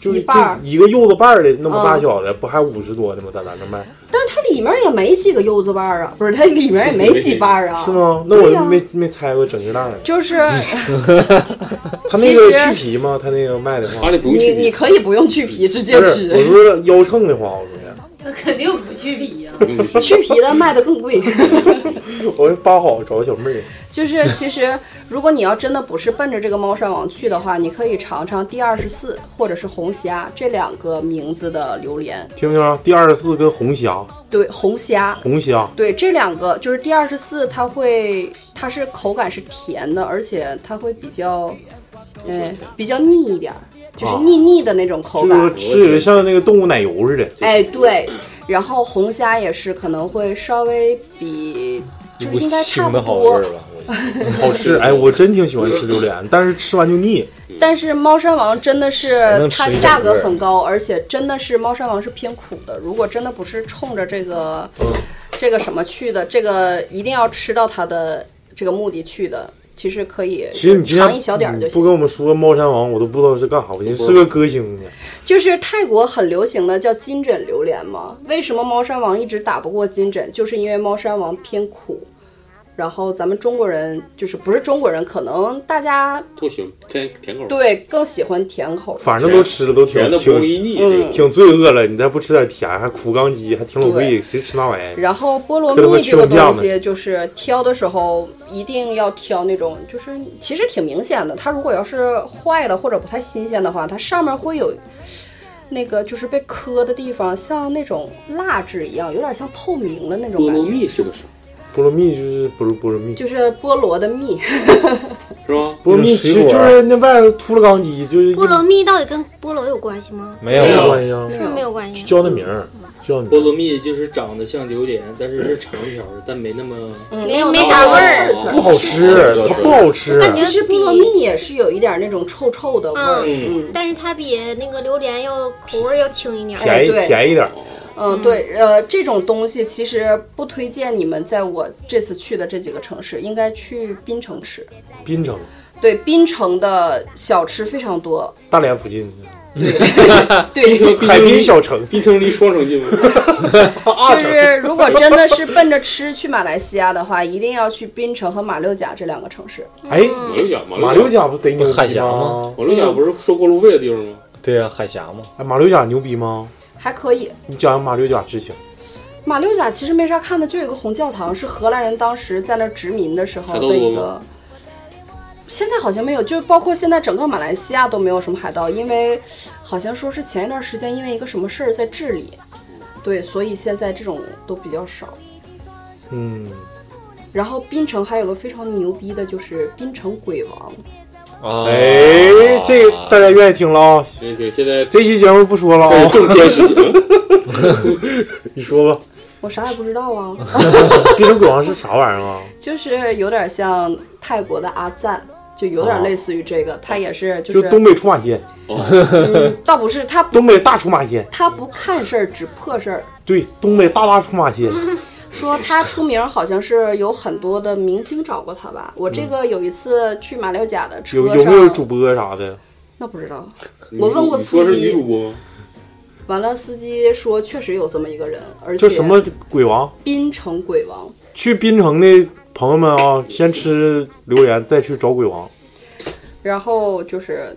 就一是半儿就一个柚子瓣儿的那么嗯啊大小的，不还五十多呢吗？在咱这卖但是它里面也没几个柚子瓣儿啊，不是它里面也没几瓣儿 啊，是吗？那我对就呀没没拆过整个袋儿。就是 他那个其实去皮吗？他那个卖的话，你你可以不用去皮，直接不吃是，。我说腰秤的话，我说那肯定不去比呀、去皮的卖的更贵。 的，我说扒好找个小妹儿。就是其实，如果你要真的不是奔着这个猫山王去的话，你可以尝尝第二十四或者是红虾这两个名字的榴莲。听没听啊？第二十四跟红虾，对，红虾。红虾对这两个，就是第二十四，它会，它是口感是甜的，而且它会比较，嗯，比较腻一点儿，就是啊腻腻的那种口就是感。吃着像那个动物奶油似的。哎，对，然后红虾也是可能会稍微比，就是应该差不多。好吃，哎，我真挺喜欢吃榴莲，但是吃完就腻。但是猫山王真的是能吃它一价整格个儿很高，而且真的是猫山王是偏苦的。如果真的不是冲着这个、嗯这个什么去的，这个一定要吃到它的这个目的去的，其实可以其实你今天尝一小点儿就你行。不跟我们说猫山王，我都不知道是干啥，我寻思是个歌星呢。就是泰国很流行的叫金枕榴莲嘛，为什么猫山王一直打不过金枕？就是因为猫山王偏苦。然后咱们中国人就是不是中国人，可能大家不行，甜甜口。，对更喜欢甜口的。反正都吃了，都挺甜的不容易挺腻。嗯这个挺罪恶了，你再不吃点甜，还苦钢鸡，还挺老贵，对谁吃那玩意儿？然后菠萝可能会蜜吃这个不下东嘛西，就是挑的时候一定要挑那种，就是其实挺明显的。它如果要是坏了或者不太新鲜的话，它上面会有那个就是被磕的地方，像那种蜡质一样，有点像透明的那种菠感萝觉。蜜是个啥？菠萝蜜就是菠萝菠萝蜜，就是菠萝的蜜，是吧？菠萝蜜其实就是那外头秃了钢鸡，就是菠萝蜜到底跟菠萝有关系吗？没有没有关系啊，是没有关系就。叫那名儿，叫那名菠儿。萝蜜就是长得像榴莲，但是是长条的，但没那么没没啥嗯味儿哦不好吃，它不好吃。那其实菠萝蜜也是有一点那种臭臭的味儿。嗯嗯但是它比那个榴莲要口味儿要轻一点儿。便宜哎对便宜点儿，嗯，对，呃，这种东西其实不推荐你们在我这次去的这几个城市，应该去槟城吃。滨城、对，槟城的小吃非常多，大连附近 对，海滨小城，槟城离双城 近吗？就是如果真的是奔着吃去马来西亚的话，一定要去槟城和马六甲这两个城市。哎，马六甲，马六甲不贼牛逼海峡吗吗？马六甲不是收过路费的地方吗？对呀、海峡嘛。哎，马六甲牛逼吗？还可以。你讲讲马六甲之情。马六甲其实没啥看的，就有一个红教堂，是荷兰人当时在那儿殖民的时候海盗的多一吗个。现在好像没有，就包括现在整个马来西亚都没有什么海盗，因为好像说是前一段时间因为一个什么事儿在治理，对，所以现在这种都比较少。嗯然后槟城还有个非常牛逼的，就是槟城鬼王，啊，哎，这个大家愿意听了啊。对对，现在这期节目不说了啊，更坚实。 你说吧，我啥也不知道啊，槟城鬼王是啥玩意儿啊？就是有点像泰国的阿赞，就有点哦类似于这个，他也是就就是东北出马仙，倒不是他东北大出马仙，他不看事儿，只破事儿。对，东北大大出马仙。说他出名好像是有很多的明星找过他吧。我这个有一次去马六甲的嗯车有上，有没有主播啥的？那不知道，我问过司你说是女机主，播吗？完了司机说确实有这么一个人，而且叫什么鬼王？槟城鬼王。去槟城的朋友们啊，先吃榴莲，再去找鬼王。然后就是，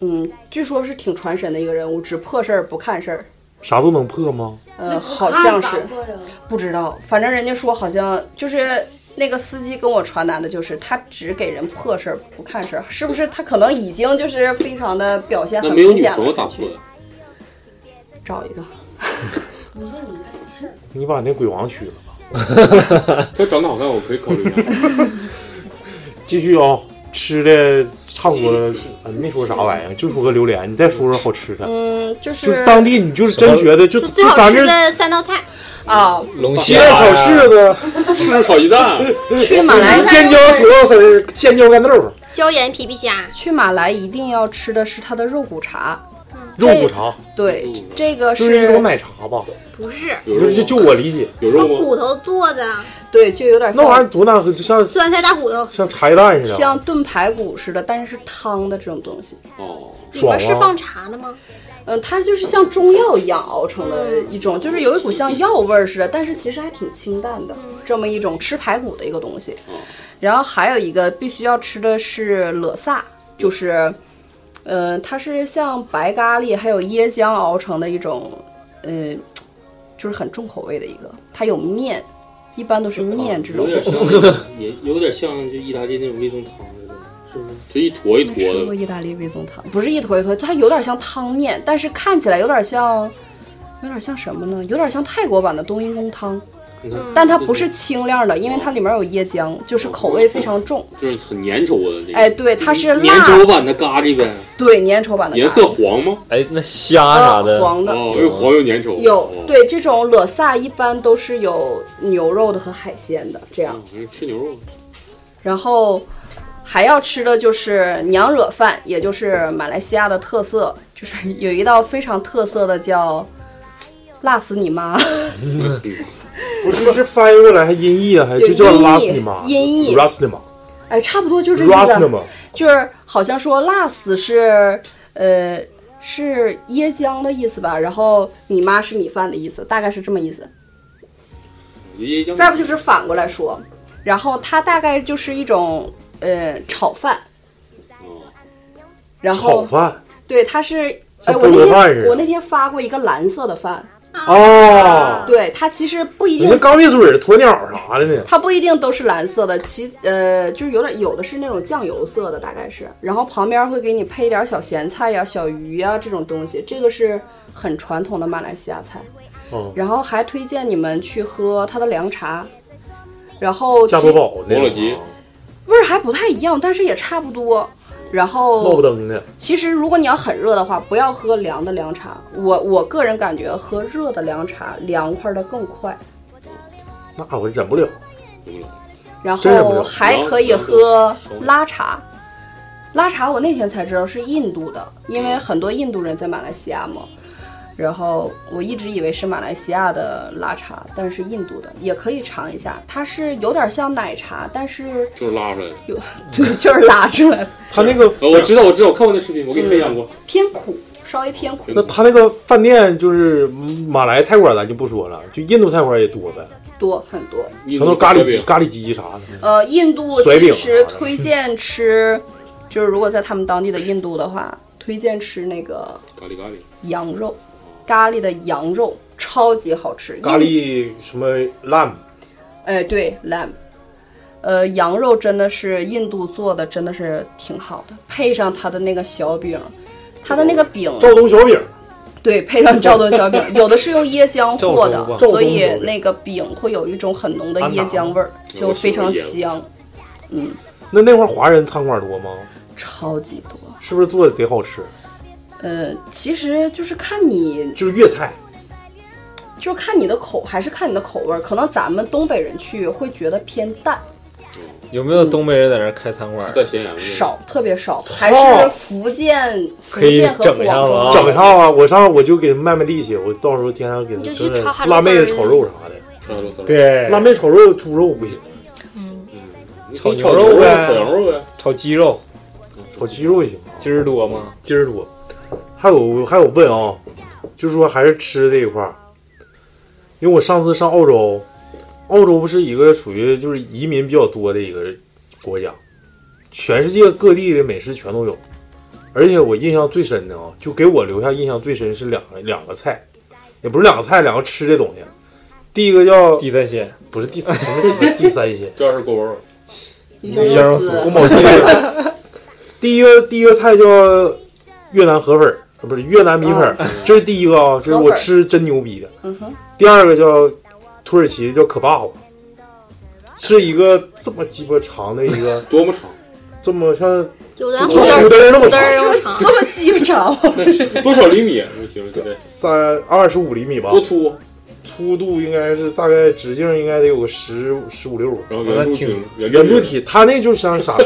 嗯，据说是挺传神的一个人物，只破事儿不看事儿。啥都能破吗？呃，好像那不是看咋过呀不知道，反正人家说好像就是那个司机跟我传达的，就是他只给人破事儿不看事儿，是不是？他可能已经就是非常的表现那很没有明女显了。朋友咋破的？找一个，你说你来吃，你把那鬼王娶了吧。他长得好看，我可以考虑一下。继续啊、吃的差不多了，呃没说啥玩意儿，就说个榴莲。你再说说好吃的，嗯，就就是当地你就是真觉得就就最就好咱吃这的三道菜，啊，龙鸡蛋哎炒柿子、柿子炒鸡蛋，去马来西亚尖椒土豆丝儿、 尖椒干豆儿、椒盐皮皮虾，去马来一定要吃的是它的肉骨茶。嗯肉骨茶，对，这个就是一是种奶茶吧？不是有就肉就吗？就我理解，有用肉吗？骨头做的，对，就有点那玩意像儿多难喝，就像酸菜大骨头，像茶叶蛋似的像，炖排骨似的，但是是汤的这种东西。哦，里面是爽啊放茶的吗？嗯，它就是像中药一样熬成的一种，就是有一股像药味儿似的，但是其实还挺清淡的，这么一种吃排骨的一个东西。哦然后还有一个必须要吃的是勒萨，就是，呃，它是像白咖喱还有椰浆熬成的一种，呃，就是很重口味的一个，它有面，一般都是面这种嗯啊 有。点像，也有点像就意大利那种味增汤似的，是不是？这一坨一坨吃过的，意大利味增汤，不是一坨一坨，它有点像汤面，但是看起来有点像，有点像什么呢？有点像泰国版的冬阴功汤，你嗯看，但它不是清亮的，因为它里面有椰浆，就是口味非常重。就是很粘稠的那个。哎，对，它是哦粘辣，稠版的咖喱呗，对粘稠版的颜色黄吗？哎，那啊虾啥呃的，黄的。哦，又黄又粘稠。有哦，对这种勒萨一般都是有牛肉的和海鲜的这样嗯，，人吃牛肉。然后还要吃的就是娘惹饭，也就是马来西亚的特色，就是有一道非常特色的叫“辣死你妈 不是是翻译过来还音译啊，还对就叫音译拉斯尼玛，音译拉斯尼玛，”，哎，差不多就是这拉斯尼个，玛，就是好像说“辣死是”呃是椰浆的意思吧，然后“你妈”是米饭的意思，大概是这么意思。椰浆再不就是反过来说，然后它大概就是一种呃炒饭，然炒后饭对它是。哎，像我菠那萝饭似天的我那天发过一个蓝色的饭，哦，对它其实不一人家定，刚灭水鸵鸟啥的呢，它不一定都是蓝色的，其呃就是有点有的是那种酱油色的，大概是，然后旁边会给你配一点小咸菜呀、小鱼呀这种东西，这个是很传统的马来西亚菜。嗯，然后还推荐你们去喝它的凉茶，然后加多其宝那王老种吉味儿还不太一样，但是也差不多。然闹不后，登的，其实如果你要很热的话，不要喝凉的凉茶。我我个人感觉喝热的凉茶凉快的更快。那我忍不了。然真忍不后了还可以喝拉茶。拉茶我那天才知道是印度的，因为很多印度人在马来西亚嘛。然后我一直以为是马来西亚的拉茶，但是印度的也可以尝一下，它是有点像奶茶，但是就是拉出来的。呃有 对，就是拉出来的，他那个我知道，我知道，我看过那视频，我给你分享过。偏苦，稍微偏苦。那他那个饭店就是马来菜馆，咱就不说了，就印度菜馆也多呗，多很多。全都咖喱鸡、咖喱鸡啥的。呃，印度甩其饼实推荐吃，就是如果在他们当地的印度的话，推荐吃那个咖喱咖喱，羊肉，咖喱的羊肉超级好吃。咖印，喱什么 lamb，哎，对，lamb，呃，羊肉真的是印度做的，真的是挺好的，配上它的那个小饼，它的那个饼，赵东小饼，对，配上赵东小饼，有的是用椰浆和赵东吧的，赵东所以小饼那个饼会有一种很浓的椰浆味儿，就非常香。嗯，那那块儿华人餐馆多吗？超级多，是不是做的贼好吃？呃，其实就是看你，就是粤菜，就是看你的口，还是看你的口味儿。可能咱们东北人去会觉得偏淡，有没有东北人在那儿开餐馆？在咸阳少，特别少，还是福建、福嗯可以建和整广一下子哦东啊，整一下子啊！我上我就给他卖卖力气，我到时候天天给你他就整去炒哈点罗辣妹丝子儿炒肉啥的。炒肉丝对辣妹炒肉、猪肉不行，炒炒牛肉牛肉呗，炒羊肉呗，炒鸡肉，炒鸡肉也行。鸡儿多吗？鸡儿多。还有还有问啊、就是说还是吃这一块儿，因为我上次上澳洲，澳洲不是一个属于就是移民比较多的一个国家，全世界各地的美食全都有，而且我印象最深的啊，就给我留下印象最深是两个两个菜，也不是两个菜，两个吃的东西，第一个叫地三鲜，不是第三什么什么地三鲜，这是锅包肉，鱼香肉丝、宫保鸡丁。第一个第一个菜叫越南河粉儿，啊不是越南米粉儿，这是第一个啊，这是河粉我儿吃真牛逼的。哦嗯哼，第二个叫土耳其叫可巴火，是一个这么鸡巴长的一个，多么长？这么像有的的人人好好点点儿有的人那么长有的人长， 这么鸡巴长，多少厘米？ 我形容对，三二十五厘米吧，多粗？粗度应该是大概直径应该得有个十十五六，然后圆柱挺形圆柱体，它那就像 啥？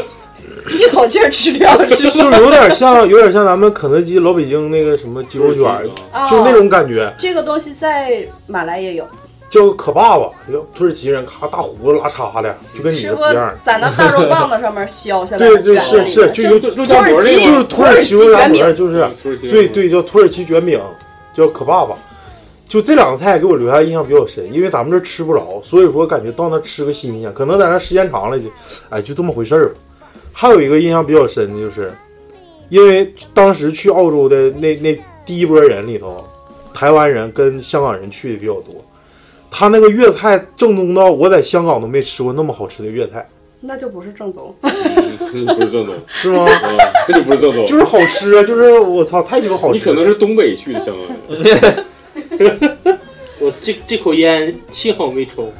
一口气儿吃掉是就吗？是有点像，有点像咱们肯德基、老北京那个什么鸡肉卷儿，啊就那种感觉，这个东西在马来也有，叫可爸爸，叫土耳其人，咔大胡子拉碴的，就跟你吃的过不一样。在那大肉棒子上面削下来，对对卷在是里是，面就就跟土耳其就是土耳其其肉卷卷饼饼，就是嗯对对叫土耳其卷饼，叫可爸爸。就这两个菜给我留下印象比较深，因为咱们这吃不着，所以说感觉到那吃个新鲜，可能在那时间长了就，哎，就这么回事儿吧。还有一个印象比较深的就是，因为当时去澳洲的那那第一波人里头，台湾人跟香港人去的比较多，他那个粤菜正宗到我在香港都没吃过那么好吃的粤菜，那就不是正宗。不是正宗，是吗？ 那就不是正宗，就是好吃啊，就是我操，太鸡巴好吃了！你可能是东北去的香港人。 我这这口烟幸好没抽，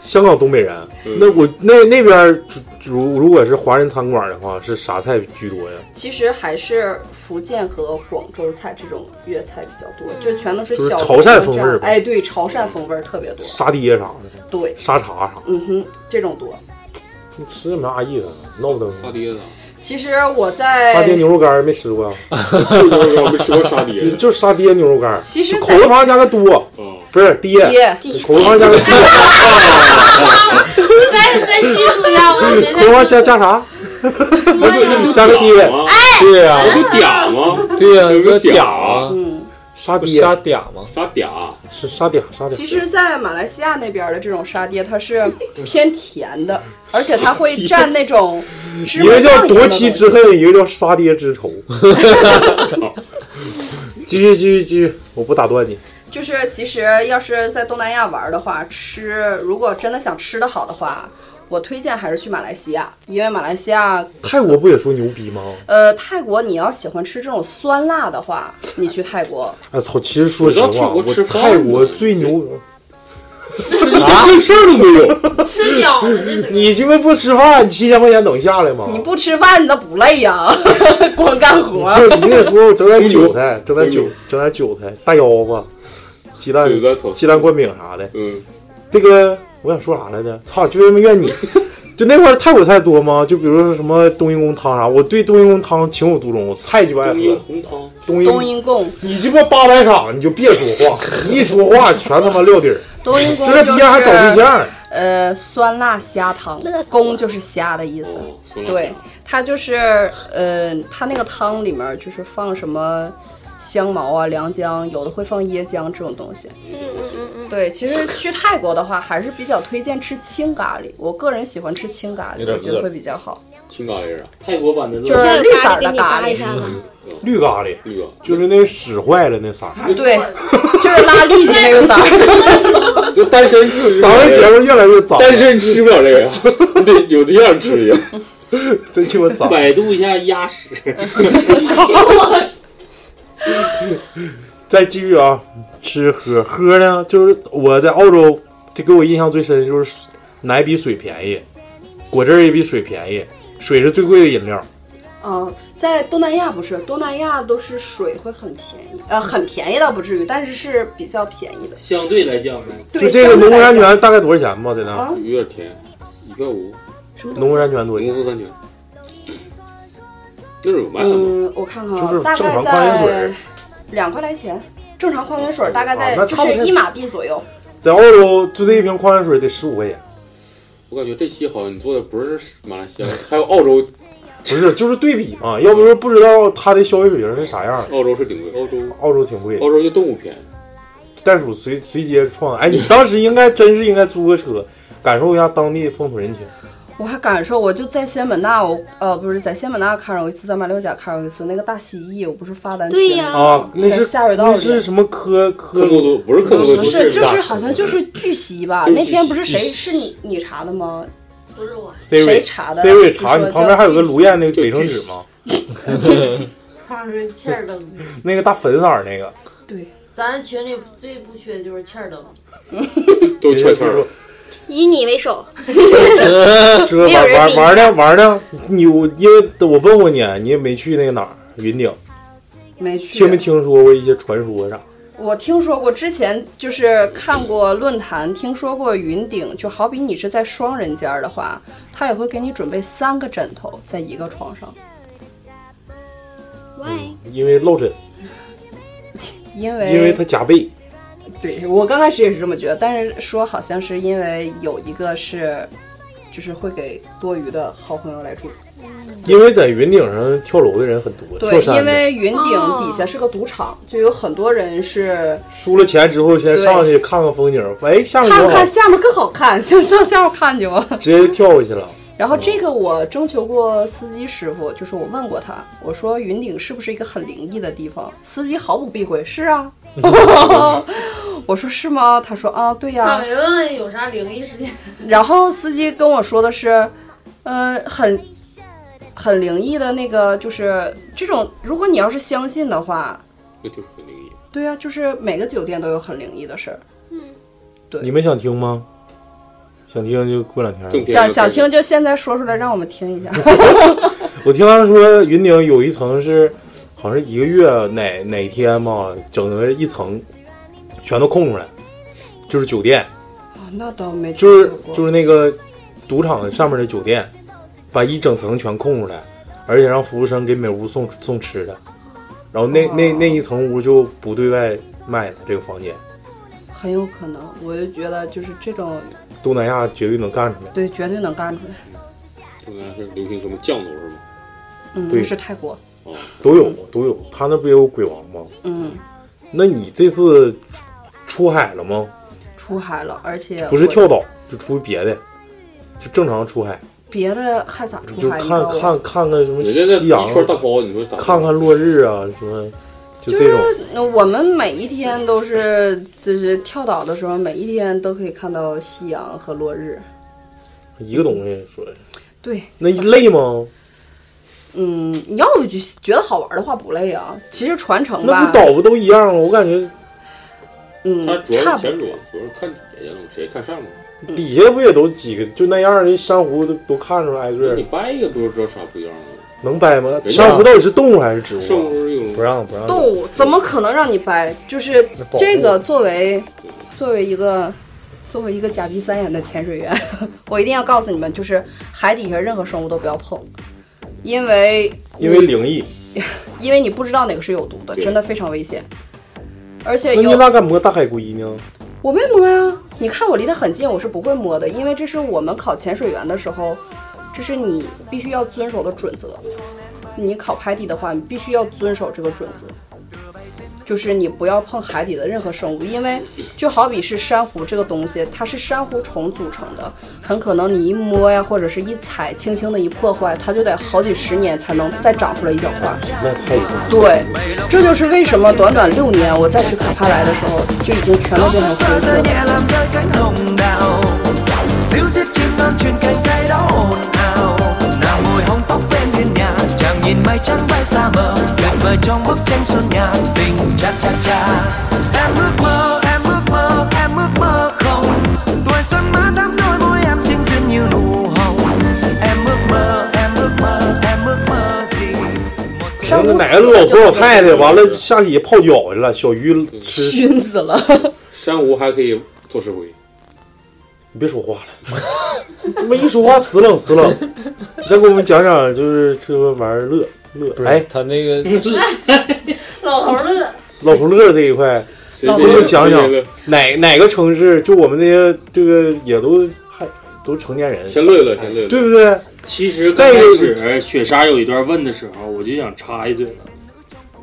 香港东北人，那我那那边儿如如果是华人餐馆的话，是啥菜居多呀？其实还是福建和广州菜这种粤菜比较多，就全都是就是小潮汕风这味样儿呗哎，对，潮汕风味儿特别多。沙爹啥的，对，沙茶啥嗯哼，这种多。的，吃也没啥意思，闹腾。沙爹 啥？啊其实我沙爹在牛肉干儿没吃过呀？牛肉干没吃过沙爹，就是沙爹牛肉干儿。其实口字旁加个多，啊不是爹爹，口字旁加个爹，再再叙述一下，我也没口字旁加加啥？加个爹，哎啊对呀，不就嗲吗？对呀，有有个点啊嗲，沙爹，沙嗲吗？沙嗲啊是沙嗲，沙嗲。其实，在马来西亚那边的这种沙爹，它是偏甜的，而且它会 蘸那种芝一麻个酱嗯叫夺妻之恨，一个叫杀爹之 仇。继续继续继续，我不打断你。就是其实要是在东南亚玩儿的话，吃如果真的想吃的好的话，我推荐还是去马来西亚，因为马来西亚泰国不也说牛逼吗？呃，泰国你要喜欢吃这种酸辣的话，你去泰国。哎操！其实说实你知道话，泰国我吃饭吗泰国最牛，啊，这事儿都没有。吃饺你鸡巴不吃饭，你七千块钱能下来吗？你不吃饭你都不累呀、 光干活。不是你得说我整 点韭菜，整点韭，整点韭菜，大腰子，鸡蛋韭菜炒，鸡蛋灌饼啥的。嗯， 这个我想说啥来着？操，就他妈怨你。就那块儿泰国菜多吗？就比如说什么冬阴功汤啥，我对冬阴功汤情有独钟，我太鸡巴爱喝冬阴红汤，冬冬阴。阴功，你鸡巴八百场，你就别 说话，你一说话全他妈撂底儿。冬阴功这个就逼样还找对是象儿。呃酸辣虾汤，公就是虾的意思。哦酸辣对，它就是呃，它那个汤里面就是放什么香茅啊、凉姜，有的会放椰浆这种东西。嗯对，其实去泰国的话，还是比较推荐吃青咖喱。我个人喜欢吃青咖有喱，点我觉得饿会比较好。青咖喱啊，泰国版的就是绿色的咖喱，绿咖喱，绿咖喱，就是那使坏了那色儿。对，就是拉痢疾那个色儿。就单身吃，咱们节目越来越脏，单身吃不了这 个，你得有对象吃呀。真鸡巴脏！百度一下鸭屎，再继续啊，吃喝喝呢，就是我在澳洲，这给我印象最深的就是奶比水便宜，果汁儿也比水便宜，水是最贵的饮料。 嗯，在东南亚不是，东南亚都是水会很便宜，呃，很便宜倒不至于，但是是比较便宜的。相对来讲呗，就这个农夫山泉大概多少钱吧？在那啊有点甜，一块五。什么农东西夫山泉多少钱？农夫山泉那是有卖的吗？嗯，我看看啊，就是大正概常矿泉水在两块来钱，正常矿泉水大概在、啊那就差不是多一马币左右。在澳洲，就这一瓶矿泉水得十五块钱，我感觉这期好像你做的不是马来西亚，还有澳洲，不是，就是对比嘛，要不说不知道它的消费水平是啥样的。澳洲是顶贵，澳洲澳洲挺贵的澳，洲就动物便宜。袋鼠随随街撞。哎，你当时应该真是应该租个车，感受一下当地风土人情。我还感受，我就在仙本那，我呃不是在仙本那看着过一次，在马六甲看着过一次，那个大蜥蜴，我不是发单对呀啊，那是在下水道那里是什么科科科莫多不是科莫多不嗯是，就是好像就是巨蜥吧？就是那天不是巨蜥谁是你你查的吗？不是我，谁 Siri 查的 Siri 就查说你旁叫边还有个巨卢蜥燕那个北城纸吗？他是气儿灯。那个大粉色儿那个，咱群里最不缺的就是气儿灯，都确实 说以你为首，说没有玩人比你玩玩呢玩呢，你我因为我问过你，你也没去那个哪儿云顶，没去听没听说过一些传说啥？我听说过，之前就是看过论坛，听说过云顶，就好比你是在双人间儿的话，他也会给你准备三个枕头在一个床上，因为落枕，因为因为它夹背，对我刚开始也是这么觉得，但是说好像是因为有一个是，就是会给多余的好朋友来住，因为在云顶上跳楼的人很多，跳，对山因的。为云顶底下是个赌场，就有很多人是输了钱之后，先对上去看看风景，哎，下面看多好看，下面更好看，想上下面看去吗？直接跳过去了。 然后这个我征求过司机师傅，就是我问过他，我说云顶是不是一个很灵异的地方？司机毫不避讳，是啊。 我说是吗？他说啊，对呀、咋没问问有啥灵异事件？然后司机跟我说的是，呃，很很灵异的那个，就是这种，如果你要是相信的话，那就是很灵异。对呀、就是每个酒店都有很灵异的事儿。你们想听吗？想听就过两天。想想听就现在说出来，让我们听一下。我听他说云顶有一层是，好像是一个月哪哪天嘛，整个一层全都空出来，就是酒店，哦 那倒没听就是说过就是那个赌场上面的酒店，把一整层全空出来，而且让服务生给每屋送送吃的，然后那、哦那那一层屋就不对外卖的这个房间，很有可能，我就觉得就是这种，东南亚绝对能干出来。对，绝对能干出来。东南亚是流行什么酱油是吗？啊嗯，对那是泰国。都有都有，他那不也有鬼王吗？嗯，那你这次出出海了吗？出海了，而且不是我跳岛，就出去别的，就正常出海，别的还咋就出海？看你知道吗看看看什嗯么人家那夕阳一，圈大包，你说咋？看看落日啊，什么就就这是种。呃我们每一天都是，就是跳岛的时候，每一天都可以看到夕阳和落日。一个东西说，对，那累吗？嗯，你要我就觉得好玩的话不累啊。其实传承那吧不，岛不都一样吗？我感觉嗯他，主差要是不前。多裸，主要是看底下了，谁看上面？底下不也都几个就那样儿，人珊瑚都都看着挨个那儿你，掰一个不就知道啥不一样了吗？能掰吗？人家珊瑚到底是动物还是植生物啊？物有不让不让，动物怎么可能让你掰？就是那保护这个作为作为一个作为一个假鼻三眼的潜水员， 我一定要告诉你们，就是海底下任何生物都不要碰，因为因为灵异。因为你不知道哪个是有毒的，对真的非常危险。而且那你有咋敢摸大海龟呢？我没摸呀、你看我离得很近，我是不会摸的，因为这是我们考潜水员的时候，这是你必须要遵守的准则。你考拍地的话，你必须要遵守这个准则，就是你不要碰海底的任何生物，因为就好比是珊瑚这个东西，它是珊瑚虫组成的，很可能你一摸呀，或者是一踩，轻轻的一破坏，它就得好几十年才能再长出来一小块。那太有了对，这就是为什么短短六年，我再去卡帕莱的时候，就已经全都变成灰色了。 Xíu giết chim non chuyên cánh tay đó ồn ào Nàng ngồi hóng tóc bên hiên nhà Chàng nhìn mây trắng bay xa mờ Tuyệt vời trong bức tranh xuân nhà Tình cha cha cha Em ước mơ, em ước mơ, em ước mơ không Tuổi xuân má đắm đôi môi em xinh xinh như nụ hồng Em ước mơ, em ước mơ, em ước mơ gì 那个哪个老头老太太完了下底下泡脚去了，小鱼吃熏死了。珊瑚还可以做石灰，你别说话了， 他妈一说话死冷死冷。你再给我们讲讲，就是吃喝玩乐乐。哎，他那个老头乐，老头乐这一块，谁给我谁们讲讲谁谁哪哪个城市，就我们这些这个也都还都成年人，先乐一乐，先乐一乐，对不对？其实刚再开一个始哎雪莎有一段问的时候，我就想插一嘴了。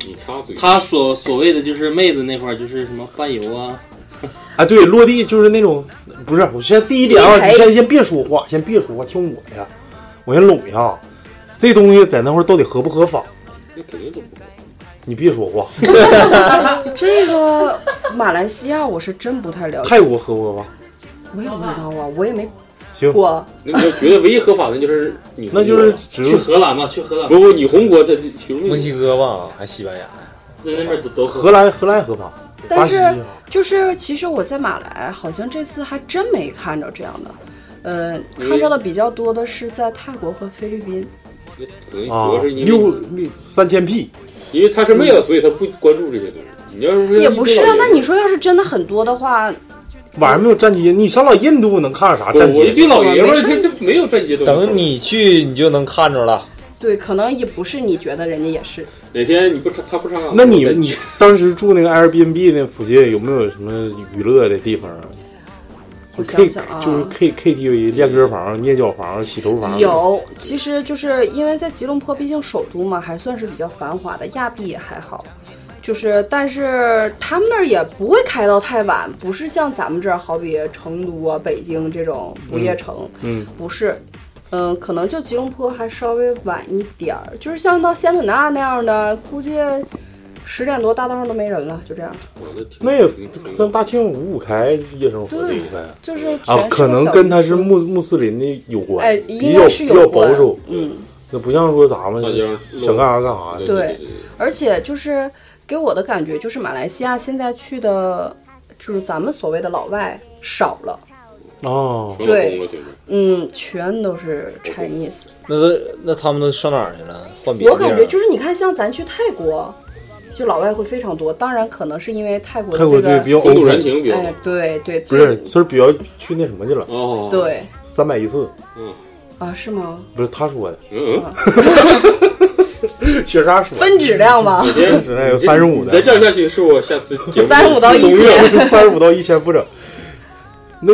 你插嘴她所所谓的就是妹子那块儿，就是什么伴游啊，啊，对，落地就是那种，不是，我先第一点啊，地陪你先先别说话，先别说话，听我的，我先拢一下，啊这东西在那会儿到底合不合法？那肯定都不你别说话， 这个马来西亚我是真不太了解，泰国合不合法？我也不知道啊，我也没行过。那你要觉得唯一合法的就是你，那就是只去荷兰吧，去荷兰不不，你红国在去墨西哥吧，还西班牙呀？在那边都都荷兰荷兰合法，巴但西啊是就是其实我在马来好像这次还真没看着这样的，呃，嗯看着的比较多的是在泰国和菲律宾。可能主啊要是，因为六六三千 P，因为她是嗯妹子，所以她不关注这些东西。你要是说也不是啊，那你说说要是真的很多的话，晚上没有站街，你上老印度能看着啥啊站街？我一对老爷们儿，没他事这没有站街东西。等你去，你就能看着了。对，可能也不是你觉得人家也是。哪天你不上，他不上岗，那你你当时住那个 Airbnb 那附近有没有什么娱乐的地方啊？我就想 K 想啊就是 K KTV 练歌房、捏脚房、洗头房。有，其实就是因为在吉隆坡，毕竟首都嘛，还算是比较繁华的，亚庇也还好。就是，但是他们那儿也不会开到太晚，不是像咱们这儿，好比成都啊、北京这种不夜城，嗯不是，嗯、可能就吉隆坡还稍微晚一点儿，就是像到仙本那那样的，估计十点多大道上都没人了，就这样。那也像大庆五五开夜生活这一块，就是全啊是，可个能小跟地他是穆穆斯林的有关，哎比应较该是比有较保关守，嗯，那不像说咱们想干啥干啥的。对，而且就是给我的感觉就是马来西亚现在去的，就是咱们所谓的老外少了，哦，全老公对了对不对，嗯，全都是 Chinese。那都那他们都上哪儿去了？换别的我地儿感觉就是你看，像咱去泰国，就老外会非常多，当然可能是因为泰国的泰国这个对比较风土人情比较哎，对对，不最是，他是比较去那什么去了，哦对，三百一次，嗯啊，是吗？不是他说的，嗯， 雪莎说的分质量吧哪天质量有三十五你的，再这样下去，是我下次节目35到1000三十五到一千不整，那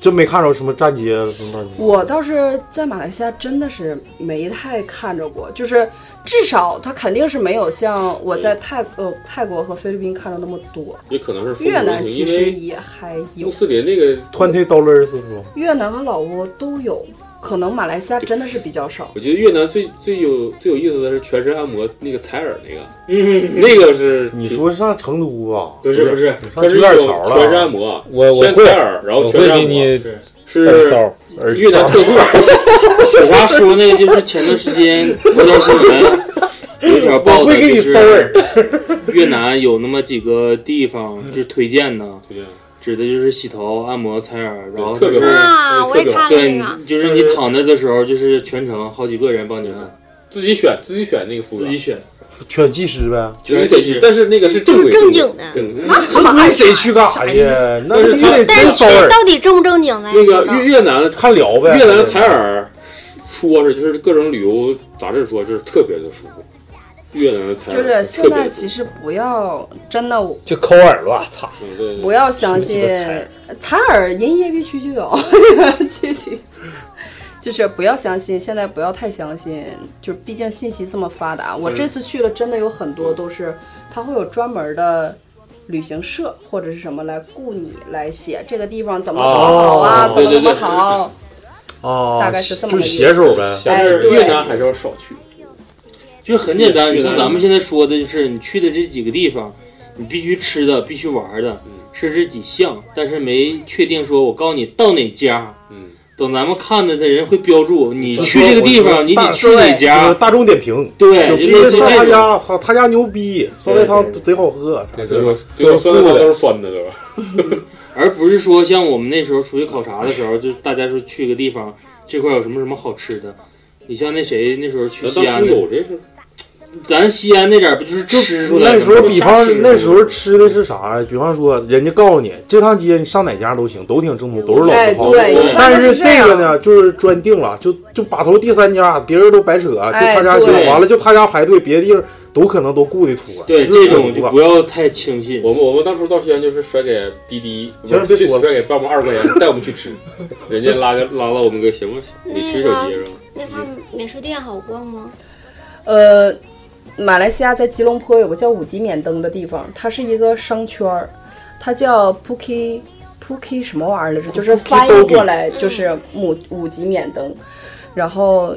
真没看着什么站街了，什么乱七八糟 我倒是在马来西亚真的是没太看着过，就是至少它肯定是没有像我在泰呃泰国和菲律宾看着那么多。也可能是风土越人南情其因实为也还有穆，斯林那个，twenty dollars 是不？越南和老挝都有，可能马来西亚真的是比较少。我觉得越南最最有最有意思的是全身按摩那个采耳那个，嗯那个是你说上成都啊？不是不是，上它去是有点一潮种了。全身按摩，我我先会采耳，然后我全会身按给摩你是耳骚耳越南骚特色。 雪莎说那个就是前段时 间头条新闻有一条我报道，会给你就骚是耳越南有那么几个地方就是推荐的，指的就是洗头、按摩、采耳，然后特别就是啊我也看了对那个，就是你躺着的时候，就是全程好几个人帮你按，自己选自己选那个服务，自己选。选技师呗，选技师，但是那个是正规正经的那他妈谁去干啥去？那必须得但是真骚去人。到底正不正经呢？那个越越南看聊呗越南采耳说是就是各种旅游杂志说就是特别的舒服，越南的采耳就是特现别在的其实不要真的就抠耳朵，操！嗯不要相信什么鸡巴采耳采耳，人业必须就有， 具体就是不要相信，现在不要太相信，就是毕竟信息这么发达。我嗯这次去了，真的有很多都是它会有专门的。旅行社或者是什么来雇你来写这个地方怎么怎么好啊，哦怎么怎对对么对好，哦大概是这么就个是意思写手呗。呃但哎是对越南还是要少去，就很简单。越你南像咱们现在说的，就是你去的这几个地方，你必须吃的，必须玩的，是这几项，但是没确定说我告诉你到哪家。嗯，等咱们看的的人会标注你去这个地方，你得去大哪家就是。大众点评，对就就必类须似上这他种家，操他家牛逼，酸菜汤对对贼好喝，对这对都是酸菜素汤的都是酸的对吧？而不是说像我们那时候出去考察的时候，就是大家说去个地方，这块有什么什么好吃的。你像那谁那时候去那西当安初的，有这事儿，咱西安那点儿不就是吃出来的那吗？时候，比方啥吃出来那时候吃的是啥呀？比方说，人家告诉你这趟街你上哪家都行，都挺正宗，都是老字哎号。对一般但都是是这样这个呢，就是专定了，就就把头第三家，别人都白扯，就哎他家行。对完了就他家排队，别的地儿都可能都雇的托。对就是啊这种扯犊就子不要太轻信。我们我们当初到西安就是甩给滴滴，行了不是别说了甩给爸妈二十块钱带我们去吃，人家拉个拉到我们个行不行？你那吃手机个是吧？那块美术店好逛吗？呃，马来西亚在吉隆坡有个叫五级免登的地方，它是一个商圈儿，它叫 Puki Puki 什么玩意儿来着？就是翻译过来就是五五级免登，然后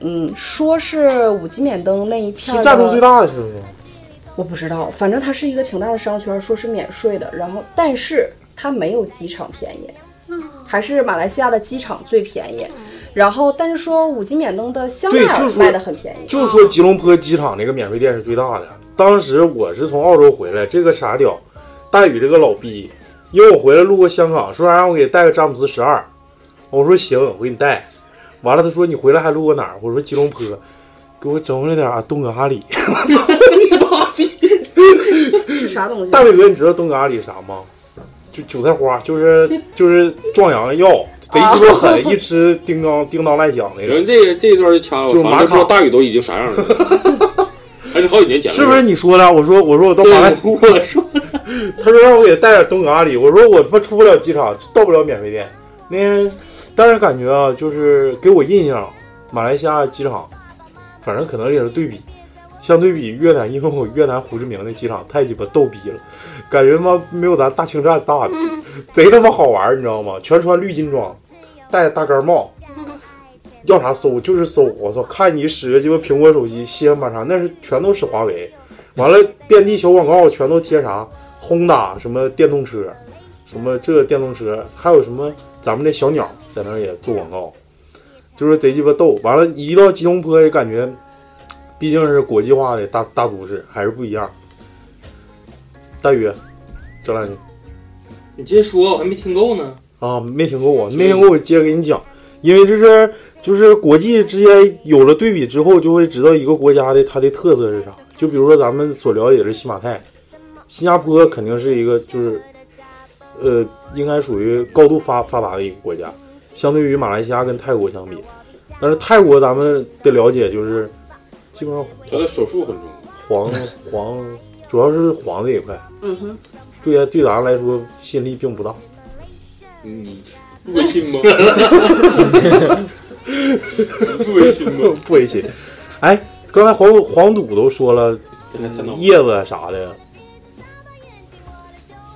嗯，说是五级免登那一片是亚洲最大的。的是不是？我不知道，反正它是一个挺大的商圈，说是免税的，然后但是它没有机场便宜，还是马来西亚的机场最便宜。然后但是说五级免登的香奈对就儿是说卖的很便宜，就说吉隆坡机场那个免税店是最大的。当时我是从澳洲回来，这个傻屌，大宇这个老逼，因为我回来路过香港，说让我给带个詹姆斯十二，我说行，我给你带。完了，他说你回来还路过哪儿？我说吉隆坡，给我整回来点啊冻咖喱。是啥东西？ 大伟哥，你知道冻咖喱啥吗？就韭菜花，就是就是壮阳药，贼鸡巴狠， 一吃叮当叮当赖响那嗯行，种。这个这一段就掐了，就是我马反卡正不知道大宇都已经啥样了， 还是好几年前了，是不是？你说的？我说我说我到马来，我说他说让我给带点冻咖喱，我说我他妈出不了机场，到不了免税店。那天，但是感觉啊，就是给我印象，马来西亚机场，反正可能也是对比，相对比越南，因为我越南胡志明那机场太鸡巴逗逼了，感觉他妈没有咱大清站大呢，贼他妈好玩儿，你知道吗？全穿绿军装，戴大盖帽，要啥搜就是搜，我操！看你使个鸡巴苹果手机，西安版啥，那是全都使华为。完了，遍地小广告全都贴啥轰打什么电动车，什么这电动车，还有什么咱们的小鸟在那儿也做广告，就是贼鸡巴逗。完了，一到吉隆坡也感觉，毕竟是国际化的大大都市，还是不一样。大宇，这两句你接着说，我还没听够呢。啊，没听过我，没听过我接着给你讲，因为这是就是国际之间有了对比之后，就会知道一个国家的它的特色是啥。就比如说咱们所了解的新马泰，新加坡肯定是一个就是，呃，应该属于高度发发达的一个国家，相对于马来西亚跟泰国相比。但是泰国咱们的了解就是，基本上他的手术很重要。 黄黄主要是黄这一块，嗯哼，对对咱来说吸引力并不大。？你不违心 吗不违心吗？不违心。哎，刚才黄黄赌都说了还太闹，叶子啊啥的，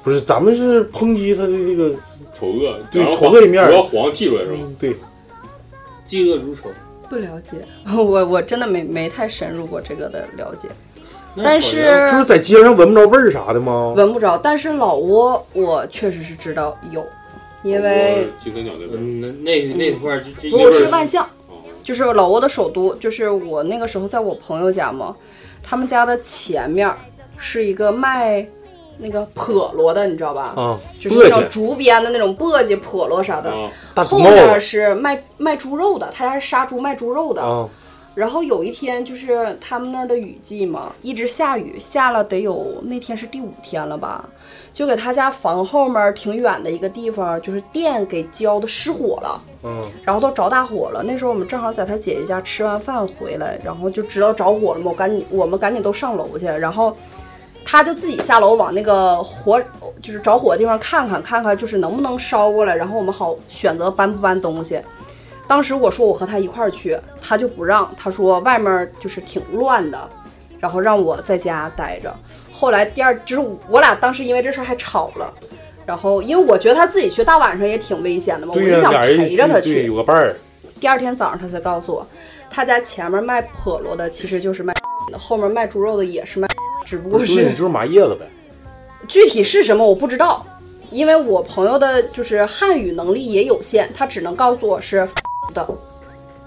不是，咱们是抨击他的这个丑恶，对然后丑恶一面儿主要黄记出来是吧？对，嫉恶如仇。不了解， 我我真的没没太深入过这个的了解，那好像就但是是在街上闻不着味儿啥的吗？闻不着。但是老挝我确实是知道有，因为金三角那哦边，那那那块儿就就不一会过儿是万象，就是老挝的首都，就是我那个时候在我朋友家嘛，他们家的前面儿是一个卖那个笸箩的，你知道吧？啊，就是那簸种箕啊竹编的那种簸箕、啊笸箩啥的。大后竹帽面子是卖卖猪肉的，他家是杀猪卖猪肉的。啊，然后有一天就是他们那儿的雨季嘛，一直下雨，下了得有那天是第五天了吧，就给他家房后面儿挺远的一个地方，就是电给浇的失火了。嗯，然后都着大火了。那时候我们正好在他姐姐家吃完饭回来，然后就知道着火了嘛，我赶紧我们赶紧都上楼去，然后他就自己下楼往那个火就是着火的地方看看看看，就是能不能烧过来，然后我们好选择搬不搬东西。当时我说我和他一块儿去，他就不让，他说外面就是挺乱的，然后让我在家待着。后来第二就是我俩当时因为这事儿还吵了。然后，因为我觉得他自己去大晚上也挺危险的嘛，我对就呀，想俩人一陪着他对有个伴儿，第二天早上他才告诉我，他家前面卖笸箩的其实就是卖的，后面卖猪肉的也是卖，只不过不是是你就是麻叶子呗。具体是什么我不知道，因为我朋友的就是汉语能力也有限，他只能告诉我是的，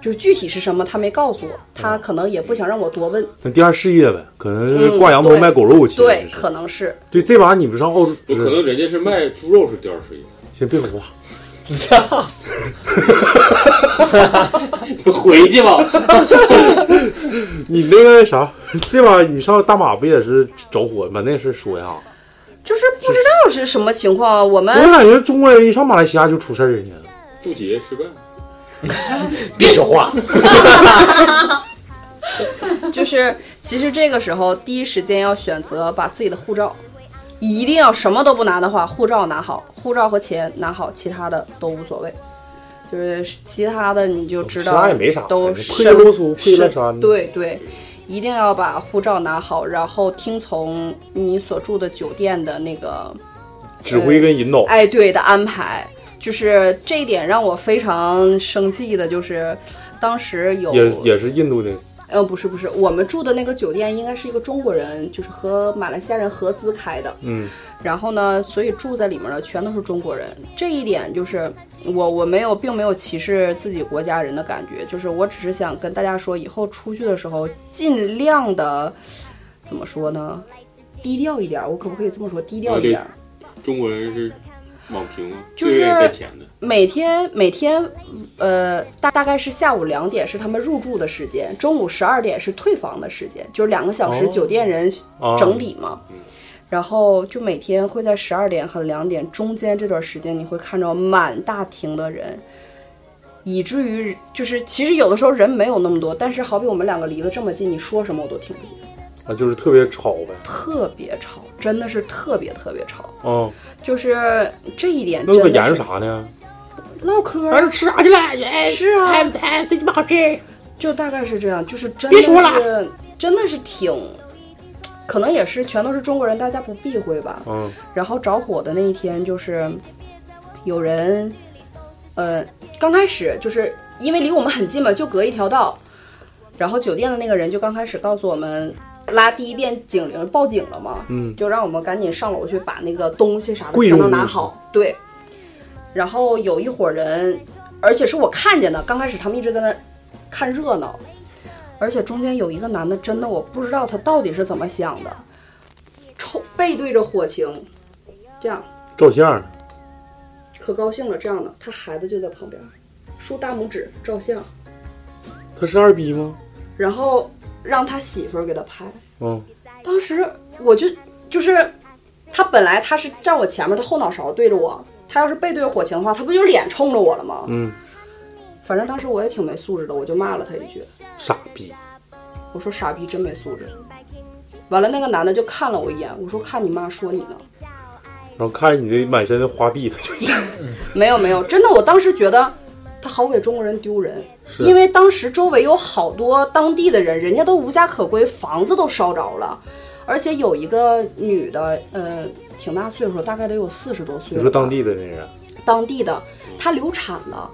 就是具体是什么他没告诉我，他可能也不想让我多问。那第二事业呗，可能是嗯挂羊头对卖狗肉去。对，可能是对，这玩意儿你不上澳洲，有可能人家是卖猪肉是第二事业，先别说话。回去吧。你那个啥，这玩意儿你上大马不也是着火？把那事儿说一下。就是不知道是什么情况，啊我们我感觉中国人一上马来西亚就出事儿呢。渡劫失败。别说话。就是其实这个时候第一时间要选择把自己的护照，一定要什么都不拿的话，护照拿好，护照和钱拿好，其他的都无所谓。就是其他的你就知道，其他也没啥都反正是破衣啰嗦破衣烂衫对对，一定要把护照拿好，然后听从你所住的酒店的那个指挥跟引导。哎，对的安排，就是这一点让我非常生气的，就是当时有也也是印度的，呃，不是不是，我们住的那个酒店应该是一个中国人，就是和马来西亚人合资开的。嗯，然后呢，所以住在里面的全都是中国人，这一点就是我我没有并没有歧视自己国家人的感觉，就是我只是想跟大家说，以后出去的时候尽量的怎么说呢，低调一点儿，我可不可以这么说，低调啊，一点对儿？，中国人是网评吗？就最是愿意带钱的。每天每天，呃，大大概是下午两点是他们入住的时间，中午十二点是退房的时间，就是两个小时哦酒店人哦整理嘛。然后就每天会在十二点和两点中间这段时间，你会看着满大厅的人，以至于就是其实有的时候人没有那么多，但是好比我们两个离得这么近，你说什么我都听不见，啊，就是特别吵呗。特别吵，真的是特别特别吵。嗯，就是这一点那真我的可是，研究啥呢？唠嗑，完事吃啥去了？哎，是啊，哎哎，这鸡巴好吃。就大概是这样，就是真的别是说真的是挺，可能也是全都是中国人，大家不避讳吧。嗯，然后着火的那一天，就是有人，呃，刚开始就是因为离我们很近嘛，就隔一条道，然后酒店的那个人就刚开始告诉我们，拉第一遍警铃报警了嘛，嗯就让我们赶紧上楼去把那个东西啥的贵全都重拿物好，对。然后有一伙人，而且是我看见的，刚开始他们一直在那看热闹，而且中间有一个男的，真的我不知道他到底是怎么想的，抽背对着火情，这样照相呢，可高兴了，这样的，他孩子就在旁边，竖大拇指照相，他是二逼吗？然后让他媳妇儿给他拍。嗯，当时我就就是他本来他是站我前面，他后脑勺对着我，他要是背对着火情的话，他不就脸冲着我了吗？嗯，反正当时我也挺没素质的，我就骂了他一句，傻逼。我说傻逼真没素质。完了，那个男的就看了我一眼，我说看你妈说你呢。然后看着你这满身的花臂，他就 没有没有，真的，我当时觉得他好给中国人丢人，是因为当时周围有好多当地的人，人家都无家可归，房子都烧着了，而且有一个女的，呃，挺大岁数，大概得有四十多岁你了说吧，当地的那人，当地的，她流产了。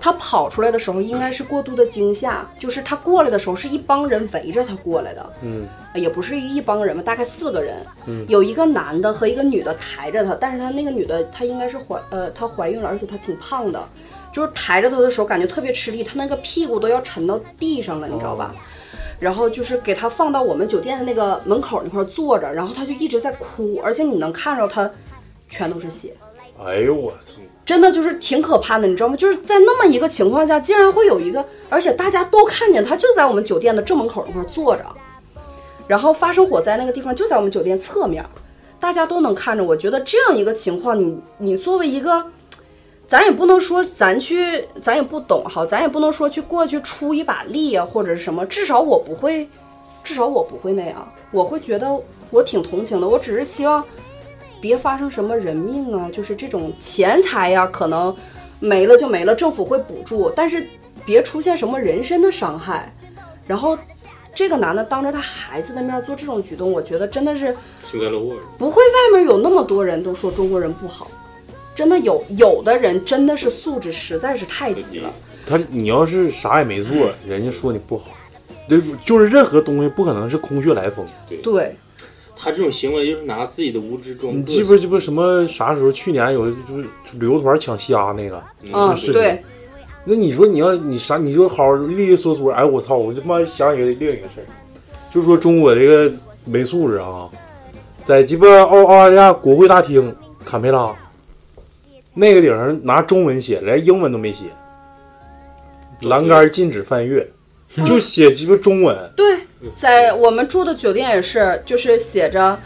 她跑出来的时候应该是过度的惊吓，就是她过来的时候是一帮人围着她过来的，呃嗯也不是一帮人吧，大概四个人，嗯，有一个男的和一个女的抬着她，但是她那个女的她应该是怀呃她怀孕了，而且她挺胖的，就是抬着她的时候感觉特别吃力，她那个屁股都要沉到地上了，你知道哦吧？然后就是给她放到我们酒店的那个门口那块坐着，然后她就一直在哭，而且你能看着她全都是血，哎呦我操！真的就是挺可怕的，你知道吗？就是在那么一个情况下，竟然会有一个，而且大家都看见他就在我们酒店的正门口那块儿坐着，然后发生火灾那个地方就在我们酒店侧面，大家都能看着。我觉得这样一个情况，你你作为一个，咱也不能说咱去，咱也不懂哈，咱也不能说去过去出一把力啊或者是什么，至少我不会，至少我不会那样，我会觉得我挺同情的，我只是希望。别发生什么人命啊，就是这种钱财呀、可能没了就没了，政府会补助，但是别出现什么人身的伤害。然后这个男的当着他孩子的面做这种举动，我觉得真的是幸灾乐祸。不会，外面有那么多人都说中国人不好，真的有有的人真的是素质实在是太低了。他你要是啥也没做，人家说你不好，对，就是任何东西不可能是空穴来风。对，他这种行为就是拿自己的无知装你个记性。不记不什么啥时候？去年有就是旅游团抢虾那个，那嗯视，频对，那你说你要你啥，你就好好利利索索。哎，我操，我他妈想起另一个事儿，就说中国这个没素质啊，在鸡巴澳澳大利亚国会大厅坎培拉那个顶上拿中文写，连英文都没写，栏杆禁止翻越，就写鸡巴中文。对，在我们住的酒店也是，就是写着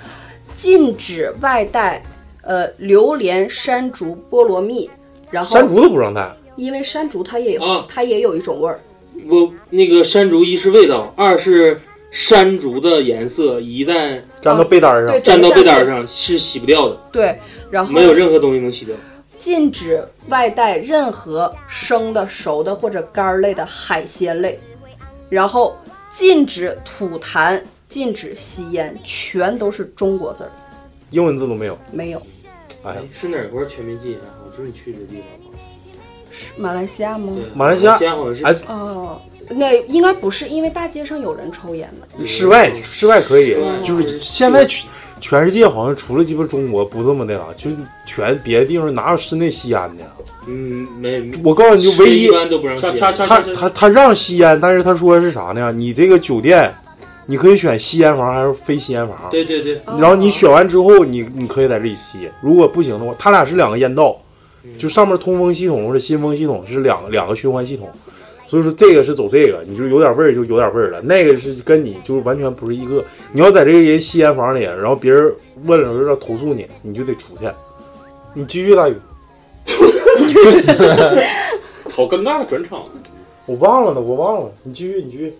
禁止外带，呃，榴莲、山竹、菠萝蜜，然后山竹都不让带，因为山竹它也有、啊它也有一种味儿，我那个山竹一是味道，二是山竹的颜色，一旦粘到被单上，对粘到被单上是洗不掉的，对，然后没有任何东西能洗掉。禁止外带任何生的、熟的或者干儿类的海鲜类，然后禁止吐痰、禁止吸烟，全都是中国字儿，英文字都没有。没有哎，是哪块全民禁烟啊？我知道你去的地方吗？马来西亚吗？对马来西亚马来西亚好像是哎哦，那应该不是，因为大街上有人抽烟的。室外室外可以，嗯就是现在全全世界好像除了鸡巴中国不这么那啥，就全别的地方哪有室内吸烟的呀？嗯，没。我告诉你，唯一般都不让吸烟。他他他让吸烟，但是他说是啥呢？你这个酒店，你可以选吸烟房还是非吸烟房。对 对对，然后你选完之后，你你可以在这里吸。如果不行的话，它俩是两个烟道，嗯就上面通风系统或者新风系统是两两个循环系统，所以说这个是走这个，你就有点味儿就有点味儿了，那个是跟你就是完全不是一个。你要在这个人吸烟房里，然后别人问了要投诉你，你就得出去。你继续大宇，好尴尬的转场。我忘了呢，我忘了，你继续，你继续。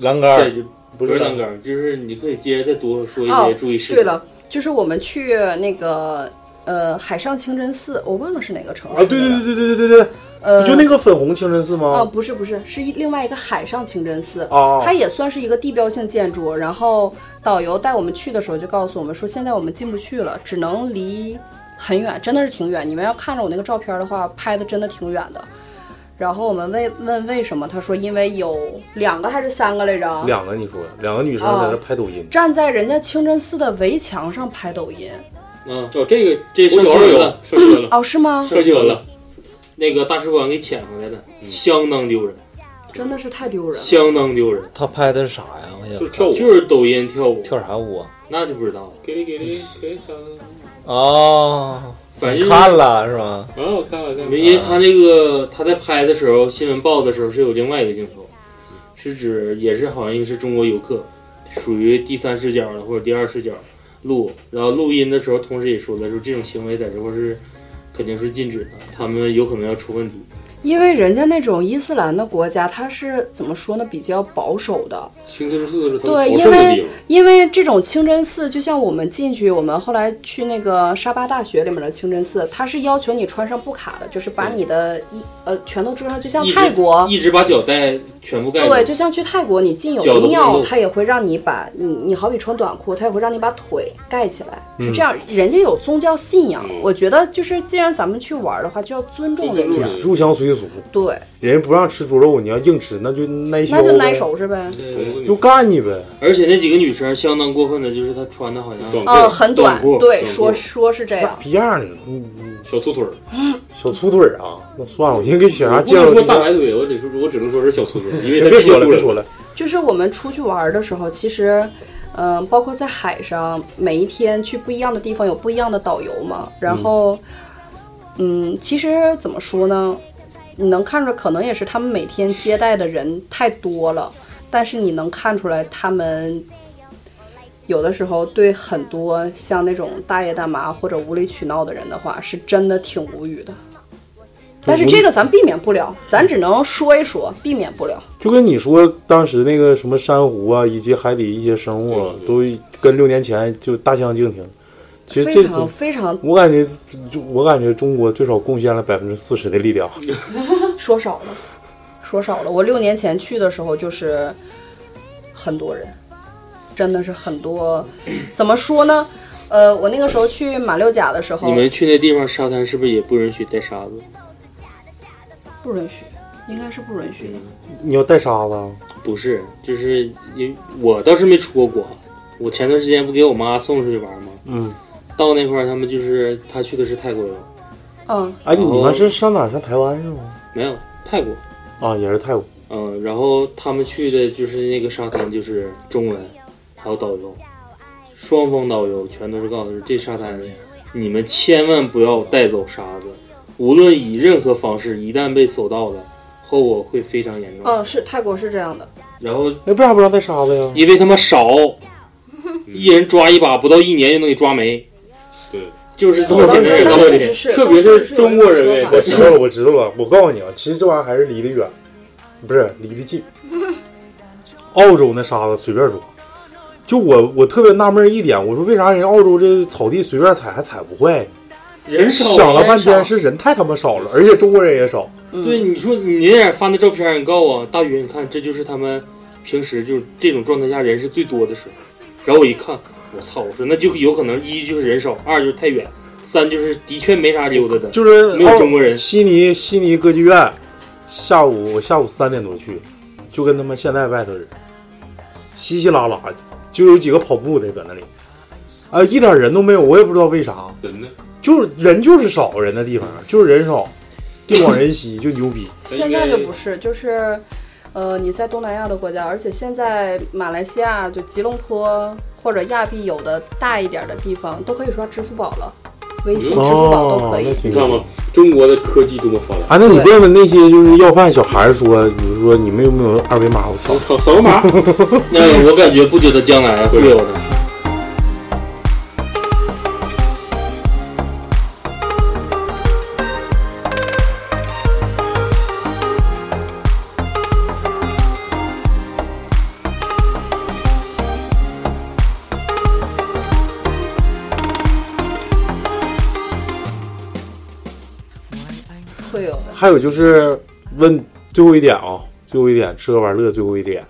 栏杆对，就不不是是栏栏杆儿，就是你可以接着再多说一哦些，注意事项。对了，就是我们去那个呃海上清真寺，我忘了是哪个城市啊，对对对对对对对对，呃不就那个粉红清真寺吗？哦，不是不是，是一另外一个海上清真寺，哦它也算是一个地标性建筑。然后导游带我们去的时候就告诉我们说，现在我们进不去了，只能离很远，真的是挺远。你们要看着我那个照片的话，拍的真的挺远的。然后我们问问为什么，他说因为有两个还是三个来着，两个你说，两个女哦生在这拍抖音，站在人家清真寺的围墙上拍抖音。嗯，哦，这个这上我新早上闻有了，上新闻了。哦，是吗？上新闻了，那个大使馆给遣回来的，相当丢人，真的是太丢人了。相当丢人。他拍的是啥呀？我想哎就跳舞就是抖音跳舞，跳啥舞啊？那就不知道了。给力给力给力三，哦，反正你就是看了是吗？嗯，我看了看了。因为他那个他在拍的时候，新闻报的时候是有另外一个镜头，是指也是好像应该是中国游客，属于第三视角的或者第二视角录，然后录音的时候，同时也说了说这种行为在这块是肯定是禁止的，他们有可能要出问题。因为人家那种伊斯兰的国家，它是怎么说呢？比较保守的。清真寺是他们对，朝因圣的地为方。因为这种清真寺，就像我们进去，我们后来去那个沙巴大学里面的清真寺，它是要求你穿上布卡的，就是把你的衣呃全都遮上，就像一直泰国。一直把脚带全部盖住，对，就像去泰国，你进有脚都的不庙，露它也会让你把你你好比穿短裤，它也会让你把腿盖起来，是嗯这样。人家有宗教信仰，我觉得就是既然咱们去玩的话，就要尊重人家。啊入乡随俗。对，人家不让吃猪肉，你要硬吃，那就挨削那就呗挨收拾呗。就干你呗。而且那几个女生相当过分的，就是她穿的好像嗯，很短，裤对，短裤说说是这样。逼样儿呢，你小粗腿儿，小粗腿儿啊，那算了，我先给雪我啥不介绍能这说个。大白腿，我得说，我只能说是小粗腿儿，因为他行别说太丢了，别人说了。就是我们出去玩儿的时候，其实，嗯、包括在海上，每一天去不一样的地方，有不一样的导游嘛。然后，嗯，其实怎么说呢？你能看出来，可能也是他们每天接待的人太多了，但是你能看出来，他们有的时候对很多像那种大爷大妈或者无理取闹的人的话，是真的挺无语的。但是这个咱避免不了，咱只能说一说，避免不了。就跟你说，当时那个什么珊瑚啊，以及海底一些生物、啊，都跟六年前就大相径庭。其实这非常非常我感觉，就我感觉中国最少贡献了百分之四十的 力量。说少了，说少了。我六年前去的时候，就是很多人，真的是很多。怎么说呢？呃，我那个时候去马六甲的时候，你们去那地方沙滩是不是也不允许带沙子？不允许，应该是不允嗯许的。你要带沙子？啊不是，就是因我倒是没出过国。我前段时间不给我妈送出去玩吗？嗯，到那块儿他们就是他去的是泰国游，嗯，哎，哦你们是上哪儿？上台湾是吗？没有泰国，啊，也是泰国。嗯，然后他们去的就是那个沙滩，就是中文，还有导游，双方导游全都是告诉你这沙滩，你们千万不要带走沙子，无论以任何方式，一旦被搜到了，后果会非常严重。嗯，是泰国是这样的。然后那为啥不让带沙子呀？因为他妈少。一人抓一把，不到一年就能给抓没。嗯对，就是这么简单一个道理。特别是中国人我知道了，我知道了。我告诉你啊，其实这玩意儿还是离得远，不是离 得近。澳洲那沙子随便抓，就我我特别纳闷一点，我说为啥人澳洲这草地随便踩还踩不坏呢？人少，想了半天是人太他妈少了，而且中国人也少。嗯、对，你说你那点发那照片，你告诉啊我，大宇，你看这就是他们平时就是这种状态下人是最多的时候。然后我一看，我操！我说那就有可能一就是人少，二就是太远，三就是的确没啥溜达的，就是没有中国人。悉尼悉尼歌剧院，下午我下午三点多去，就跟他们现在外头人稀稀拉拉，就有几个跑步的搁那里，啊、呃，一点人都没有，我也不知道为啥。人呢？就是人就是少人的地方，就是人少，地广人稀就牛逼。现在就不是，就是。呃，你在东南亚的国家，而且现在马来西亚就吉隆坡或者亚庇有的大一点的地方，都可以刷支付宝了，微信、支付宝都可以。哦、你知道吗？中国的科技多么发达！啊，那你问问那些就是要饭小孩说，比如说你们有没有二维码？我操，扫扫个码。 那我感觉不觉得将来会有的。还有就是问最后一点啊，最后一点吃喝玩乐最后一点，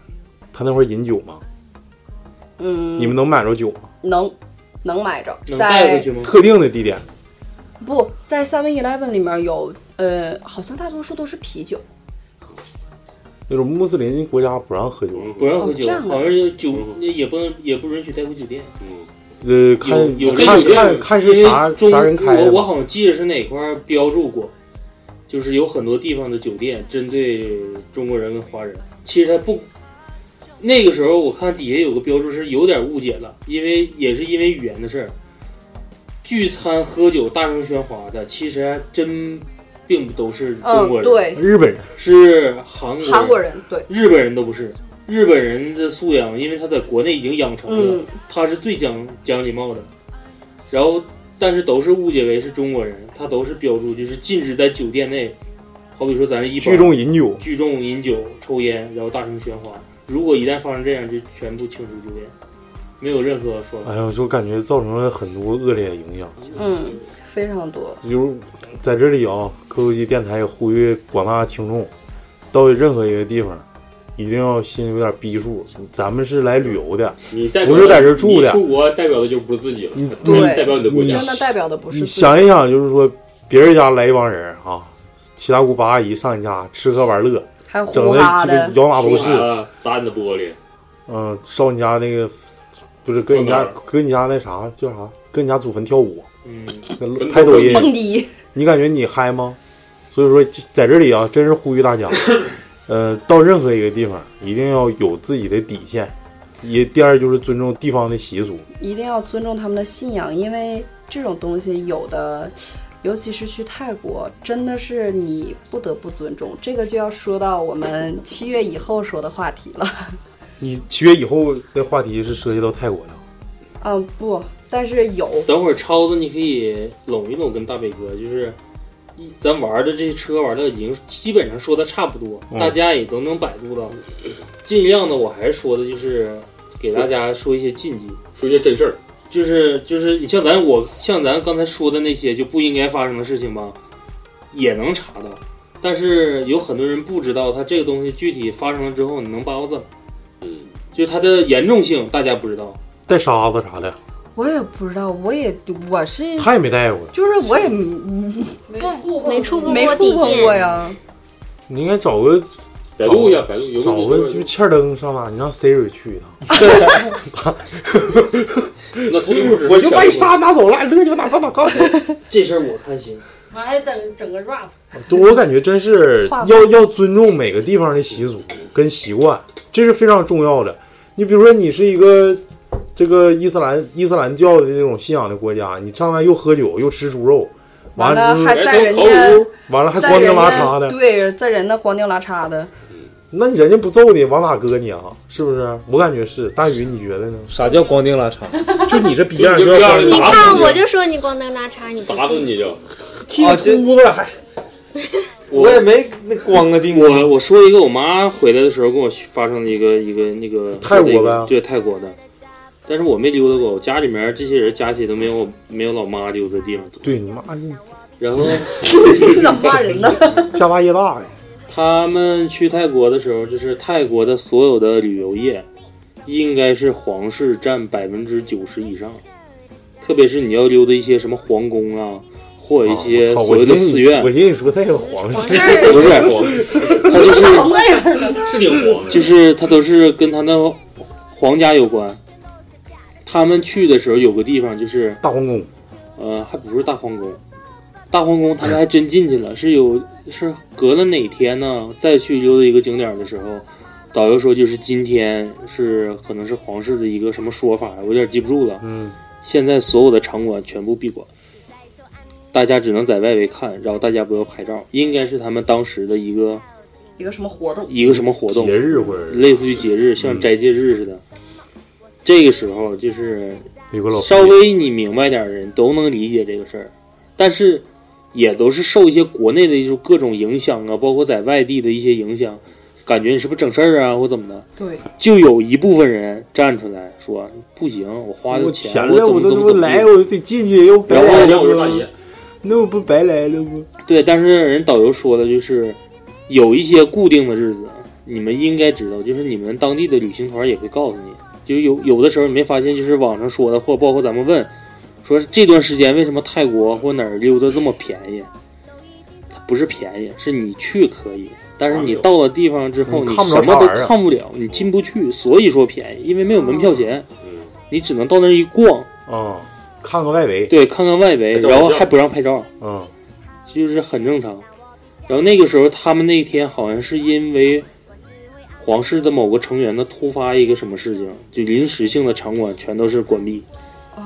他那会儿饮酒吗？嗯，你们能买着酒吗？能，能买着，能带在回去吗？特定的地点不在 Seven Eleven 里面有，呃，好像大多数都是啤酒。那种穆斯林国家不让喝酒，不让喝酒，哦、好像是酒嗯也不能，也不允许带回酒店。嗯。呃，看有看看看是啥啥人开的。我我好像记得是哪块标注过。就是有很多地方的酒店针对中国人跟华人，其实他不，那个时候我看底下有个标注是有点误解了，因为也是因为语言的事儿。聚餐喝酒大声喧哗的，其实还真并不都是中国人，嗯、哦对，日本人是韩国韩国人，对，日本人都不是。日本人的素养，因为他在国内已经养成了，嗯、他是最讲讲礼貌的，然后。但是都是误解为是中国人，他都是标注就是禁止在酒店内，好比说咱这一聚众饮酒、聚众饮酒、抽烟，然后大声喧哗。如果一旦发生这样，就全部清除酒店，没有任何说。哎呀，就感觉造成了很多恶劣影响。嗯，非常多。就是在这里啊，科鲁基电台也呼吁广大听众，到任何一个地方。一定要心里有点逼数，咱们是来旅游的，你代表不是在这住的。嗯出国代表的就不是自己了，对，代表你的国家。真的代表的不是。你想一想，就是说别人家来一帮人啊，七大姑八大姨上你家吃喝玩乐，还整的这个摇哪啊不是，啊打你的玻璃，嗯，烧你家那个，不是跟你家跟你家那啥叫啥，跟你家祖坟跳舞，嗯，拍抖音蹦迪，你感觉你嗨吗？所以说在这里啊，真是呼吁 大家。呃，到任何一个地方，一定要有自己的底线。也第二就是尊重地方的习俗，一定要尊重他们的信仰，因为这种东西有的尤其是去泰国，真的是你不得不尊重。这个就要说到我们七月以后说的话题了。你七月以后的话题是涉及到泰国了，嗯，不，但是有等会儿超子你可以拢一拢跟大北哥，就是一咱玩的这车玩的已经基本上说的差不多，嗯大家也都能百度到。尽量呢，我还是说的就是给大家说一些禁忌，说一些真事儿。就是就是你像咱我像咱刚才说的那些就不应该发生的事情吧，也能查到，但是有很多人不知道它这个东西具体发生了之后你能把我怎么，嗯，就是它的严重性大家不知道。带沙子啥的，我也不知道，我也我是他也没带过。就是我也嗯不没触碰没过触底碰过线，呀。你应该找个百度一下百度有个找有个个就欠儿灯上哪，你让 Siri 去一趟。 那他就不知道我就把你沙拿走了，乐就哪个哪个。 这事儿我看行，完还整整个 rap，就我感觉真是画要要尊重每个地方的习俗跟习惯，这是非常重要的。你比如说，你是一个这个伊斯兰伊斯兰教的这种信仰的国家，你上来又喝酒又吃猪肉，完了了之后还在人家完了还在光人腚拉家碴的，对，在人那光腚拉碴的，那人家不揍你往哪搁你啊？是不是？我感觉是。大宇，你觉得呢？啥叫光腚拉碴？ 就你这逼样就就你这要逼样光你就打死看你我就说你光灯拉碴，你不打死信。你就。剃秃子了还。啊哦我也没那光个腚我我说一个，我妈回来的时候跟我发生的一个一个那个泰国呗对泰国的，但是我没溜达过，我家里面这些人加起来都没有我没有老妈溜达地方多。对你妈，你然后你怎么骂人呢？家大业大呀！他们去泰国的时候，就是泰国的所有的旅游业，应该是皇室占百分之九十以上，特别是你要溜达一些什么皇宫啊，或者一些啊我操所谓的寺院我，寻思你说那个皇我室，这儿不是，他就是什么呀？是挺黄的，就是他都是跟他那皇家有关。他们去的时候有个地方就是，大皇宫呃，还不是大皇宫，大皇宫他们还真进去了，是有是隔了哪天呢？再去溜达一个景点的时候，导游说就是今天是可能是皇室的一个什么说法，我有点记不住了。嗯，现在所有的场馆全部闭馆，大家只能在外围看，然后大家不要拍照，应该是他们当时的一个一个什么活动？一个什么活动节日或者嗯类似于节日，像斋戒日似的。这个时候就是有个老稍微你明白点儿的人都能理解这个事儿，但是也都是受一些国内的一种各种影响啊，包括在外地的一些影响，感觉你是不是整事儿啊或怎么的，对，就有一部分人站出来说不行，我花我的钱我了，怎我么都怎他么怎妈么来，地，我得进去，要不白然后来然了后我是不大爷，那我不白来了吗？对，但是人导游说的就是有一些固定的日子，你们应该知道，就是你们当地的旅行团也会告诉你，就有有的时候你没发现，就是网上说的，或包括咱们问，说这段时间为什么泰国或哪儿溜达这么便宜？它不是便宜，是你去可以，但是你到了地方之后，嗯你啊看不着什么都啥玩意儿看不了，你进不去，所以说便宜，因为没有门啊票钱，嗯你只能到那儿一逛，啊，看看外围，对，看看外围，拍照然后拍照还不让拍照。嗯，就是很正常。然后那个时候，他们那天好像是因为皇室的某个成员的突发一个什么事情，就临时性的场馆全都是关闭，哦，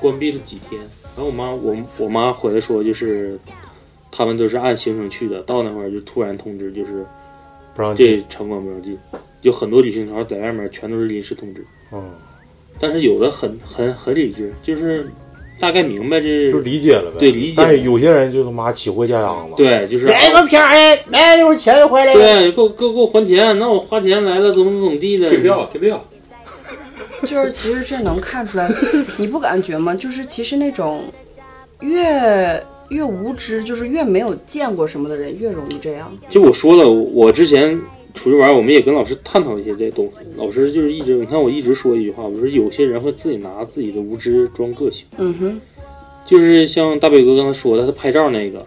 关闭了几天。然后我妈，我我妈回来说，就是他们都是按行程去的，到那会儿就突然通知，就是不让进，这场馆不让进，就很多旅行团在外面全都是临时通知。嗯，但是有的很很很理智，就是大概明白这就理解了呗。对理解但是有些人就他妈起货架秧子，，对，就是来个片儿，来一会儿钱回来。对，给我给我给我还钱，那我花钱来了，怎么怎么地的？退票退票，就是其实这能看出来，你不感觉吗？就是其实那种越越无知，就是越没有见过什么的人，越容易这样。就我说了，我之前出去玩，我们也跟老师探讨一些这东西。老师就是一直，你看我一直说一句话，我说有些人会自己拿自己的无知装个性，嗯哼，就是像大北哥刚才说的，他拍照那个，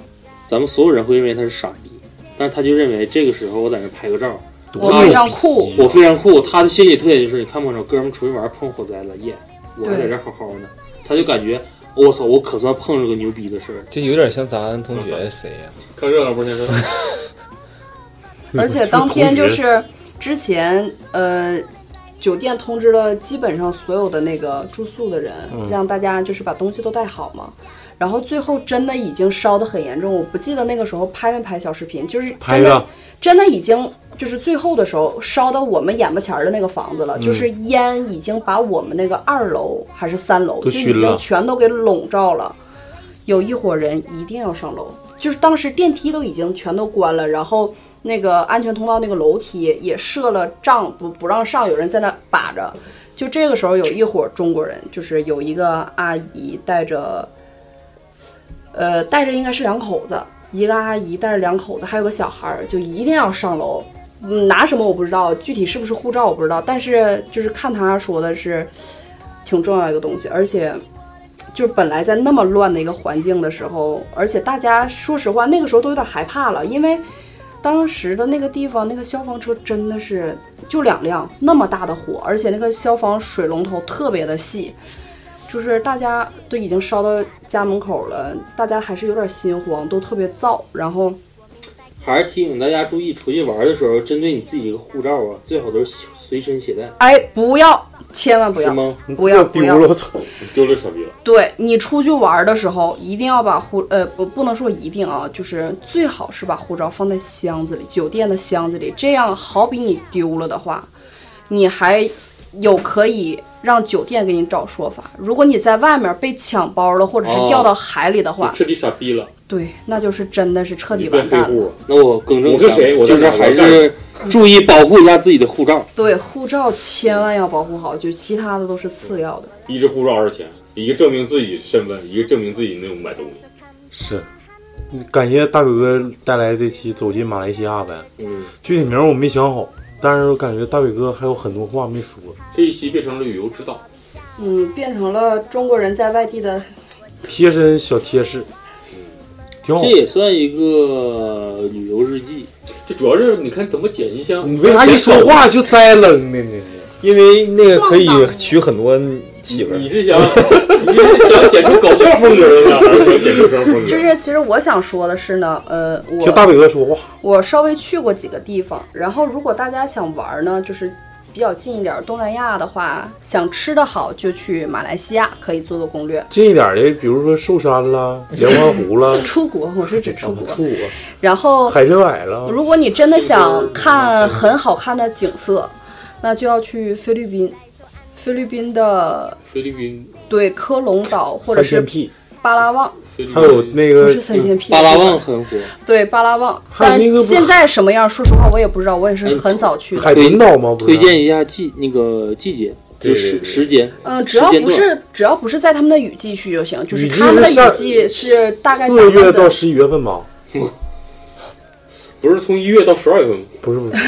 咱们所有人会认为他是傻逼，但是他就认为这个时候我在那拍个照，我他非常酷，我非常酷。他的心理特点就是，你看不着哥们儿出去玩碰火灾了，耶，我还在对这儿好好的，他就感觉我操，我可算碰着个牛逼的事儿。这有点像咱同学谁呀、看热闹不嫌事儿大。而且当天就同学是之前呃酒店通知了基本上所有的那个住宿的人，嗯让大家就是把东西都带好嘛。然后最后真的已经烧得很严重，我不记得那个时候拍没拍小视频，就是拍真的了真的已经就是最后的时候烧到我们眼巴前儿的那个房子了，嗯就是烟已经把我们那个二楼还是三楼都就已熏经了全都给笼罩了。有一伙人一定要上楼，就是当时电梯都已经全都关了，然后那个安全通道那个楼梯也设了障，不不让上，有人在那把着。就这个时候有一伙中国人，就是有一个阿姨带着，呃，带着应该是两口子，一个阿姨带着两口子，还有个小孩儿，就一定要上楼。嗯，拿什么我不知道，具体是不是护照我不知道，但是就是看他说的是挺重要一个东西，而且就是本来在那么乱的一个环境的时候，而且大家说实话那个时候都有点害怕了，因为当时的那个地方那个消防车真的是就两辆那么大的火，而且那个消防水龙头特别的细，就是大家都已经烧到家门口了，大家还是有点心慌，都特别燥，然后。 还是提醒大家注意，出去玩的时候，针对你自己的护照啊，最好都是随身携带。哎，不要，千万不是要吗？，不要，不要。我 操！丢了傻逼了。对你出去玩的时候，一定要把护呃不不能说一定啊，就是最好是把护照放在箱子里，酒店的箱子里，这样好比你丢了的话，你还有可以让酒店给你找说法。如果你在外面被抢包了，或者是哦掉到海里的话，就彻底傻逼了，对，那就是真的是彻底你被完黑蛋户了。了。那我更正一下，我是谁我在就是哪儿还我在是注意保护一下自己的护照。对，护照千万要保护好，就其他的都是次要的。一只护照二十钱，一个证明自己身份，一个证明自己那种买东西。是，感谢大表哥带来这期走进马来西亚呗。嗯，具体名儿我没想好，但是我感觉大表哥还有很多话没说。这一期变成了旅游之道，嗯，变成了中国人在外地 的贴身小贴士，挺好这。也算一个旅游日记。这主要是你看怎么剪一下。你为哎啥一说话就栽扔的呢？因为那个可以娶很多媳妇儿。你是想，你是想剪出搞笑风格的呢，还是想剪出什么风格？就是其实我想说的是呢，呃，我听大伟哥说话，我稍微去过几个地方，然后如果大家想玩呢，就是比较近一点儿东南亚的话，想吃的好就去马来西亚，可以做做攻略。、近一点的，比如说寿山啦、连环湖啦出国，我是指出国。出然后海参崴啦。如果你真的想看很好看的景色，那就要去菲律宾。菲律宾的菲律宾，对科隆岛或者三千是 P，巴拉望，菲嗯律还有那个不是三千 P 巴拉望很火，对巴拉望，还有但那个不现在什么样，说实话我也不知道，我也是很早去的。哎推荐一下季那个季节，就时时间。嗯，只要时间不段是只要不是在他们的雨季去就行，就是雨季他们的是下雨季是大概咱四们月的到十一月份吧。不是从一月到十二月份吗？不是不是，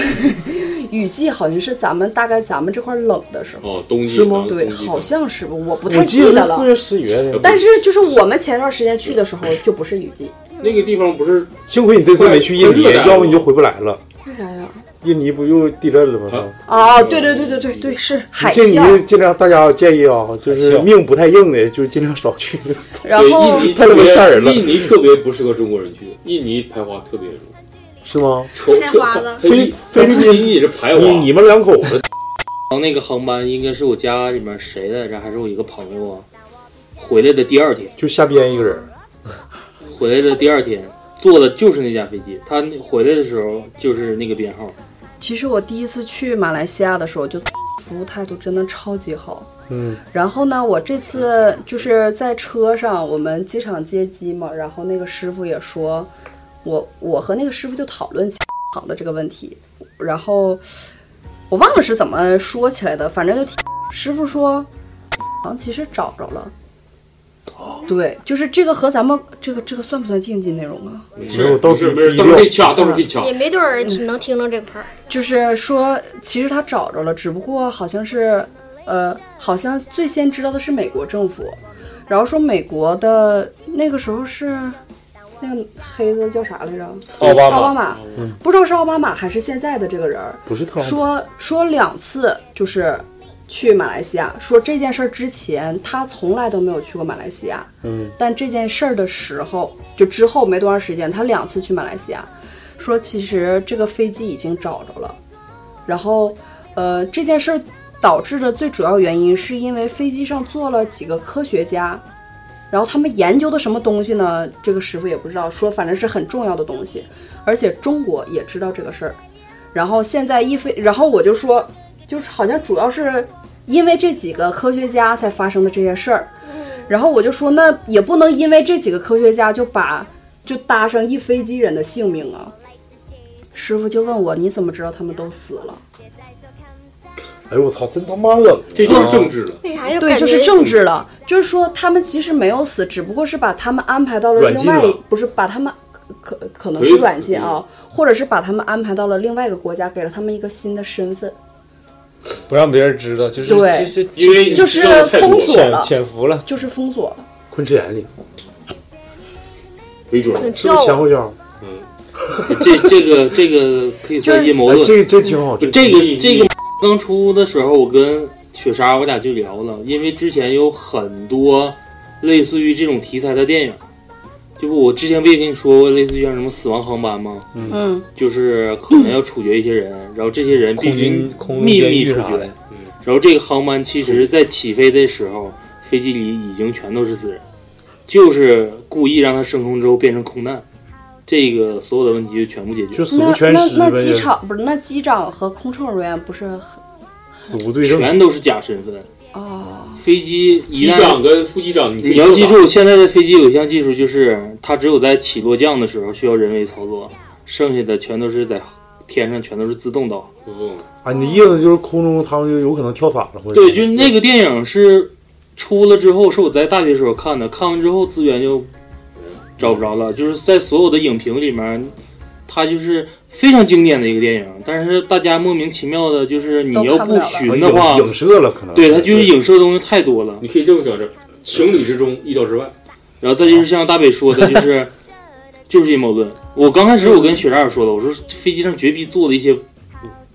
雨季好像是咱们大概咱们这块冷的时候，哦，冬季是吗对，冬季好像是吧，我不我太记得得是四了月。十一月份。但是就是我们前段时间去的时候就不是雨季，那个地方不是，幸亏你这次没去印尼，快热带了要不你就回不来了。为啥呀？印尼不又地震了吗？啊，对对对对对对，是海印啸尼。尽量大家建议啊，就是命不太硬的，就尽量少去。然后印尼太特他妈别吓人了，印尼特别不适合中国人去，印尼排华特别重。是吗？抽太花了菲菲律宾也是排华，你你们两口子，然后那个航班应该是我家里面谁来着，还是我一个朋友啊，回来的第二天， 就瞎编一个人。回来的第二天坐的就是那架飞机，他那回来的时候就是那个编号，其实我第一次去马来西亚的时候，就服务态度真的超级好。嗯，然后呢，我这次就是在车上，我们机场接机嘛，然后那个师傅也说，我我和那个师傅就讨论起 厂的这个问题，然后我忘了是怎么说起来的，反正就提 师傅说，好像其实找着了。对，就是这个和咱们这个这个算不算竞技内容啊？没没有到时候没事，到时候可以掐，到时候可以掐。也没准儿你能听着这块儿。就是说，其实他找着了，只不过好像是，呃，好像最先知道的是美国政府，然后说美国的那个时候是那个黑子叫啥来着？奥巴马奥巴马，嗯不知道是奥巴马还是现在的这个人儿，不是特朗普说说两次就是去马来西亚，说这件事儿之前他从来都没有去过马来西亚，嗯，但这件事儿的时候，就之后没多长时间，他两次去马来西亚，说其实这个飞机已经找着了，然后呃这件事儿导致的最主要原因是因为飞机上坐了几个科学家，然后他们研究的什么东西呢？这个师傅也不知道，说反正是很重要的东西，而且中国也知道这个事儿。然后现在一飞，然后我就说，就是好像主要是因为这几个科学家才发生的这些事儿。然后我就说，那也不能因为这几个科学家就把就搭上一飞机人的性命啊。师傅就问我，你怎么知道他们都死了？哎呦我操，真他妈冷！啊这就是政治了。为啥要对，感就觉是政治了，就是说他们其实没有死，只不过是把他们安排到了软另禁外了，不是把他们可可能是软禁啊，或者是把他们安排到了另外一个国家，给了他们一个新的身份。不让别人知道，就是就对是因为你就是知道太多封锁潜了潜伏了，就是封锁了。昆池岩里，没准儿你是不跳是前舞后脚？这这个这个可以算阴谋论，哎这个这个挺好，不这这个这个刚出的时候，我跟雪莎我俩就聊了，因为之前有很多类似于这种题材的电影，就不我之前不也跟你说过，类似于像什么《死亡航班》吗？嗯，就是可能要处决一些人，然后这些人必嗯空须军空中秘监密狱啊处啥决嗯的，然后这个航班其实在起飞的时候，飞机里已经全都是死人，就是故意让它升空之后变成空难，这个所有的问题就全部解决，就死那无全那尸那呗，机场不是那机长和空乘人员不是很死无对证，全都是假身份。哦，飞机一机旦长跟副机长，你可以你要记做住，现在的飞机有一项技术，就是它只有在起落降的时候需要人为操作，剩下的全都是在天上全都是自动导航。啊，你的意思就是空中他们就有可能跳伞了，或者啊对，就是那个电影是出了之后，是我在大学时候看的，看完之后资源就找不着了。就是在所有的影评里面，它就是非常经典的一个电影，但是大家莫名其妙的，就是你都要看不不了了哦寻的话，影影射了可能。啊对它就是影射的东西太多了。你可以这么想着，情理之中，意料之外。然后再就是像大北说的，就是 就是阴谋论。我刚开始我嗯跟雪扎尔说的，我说飞机上绝逼坐的一些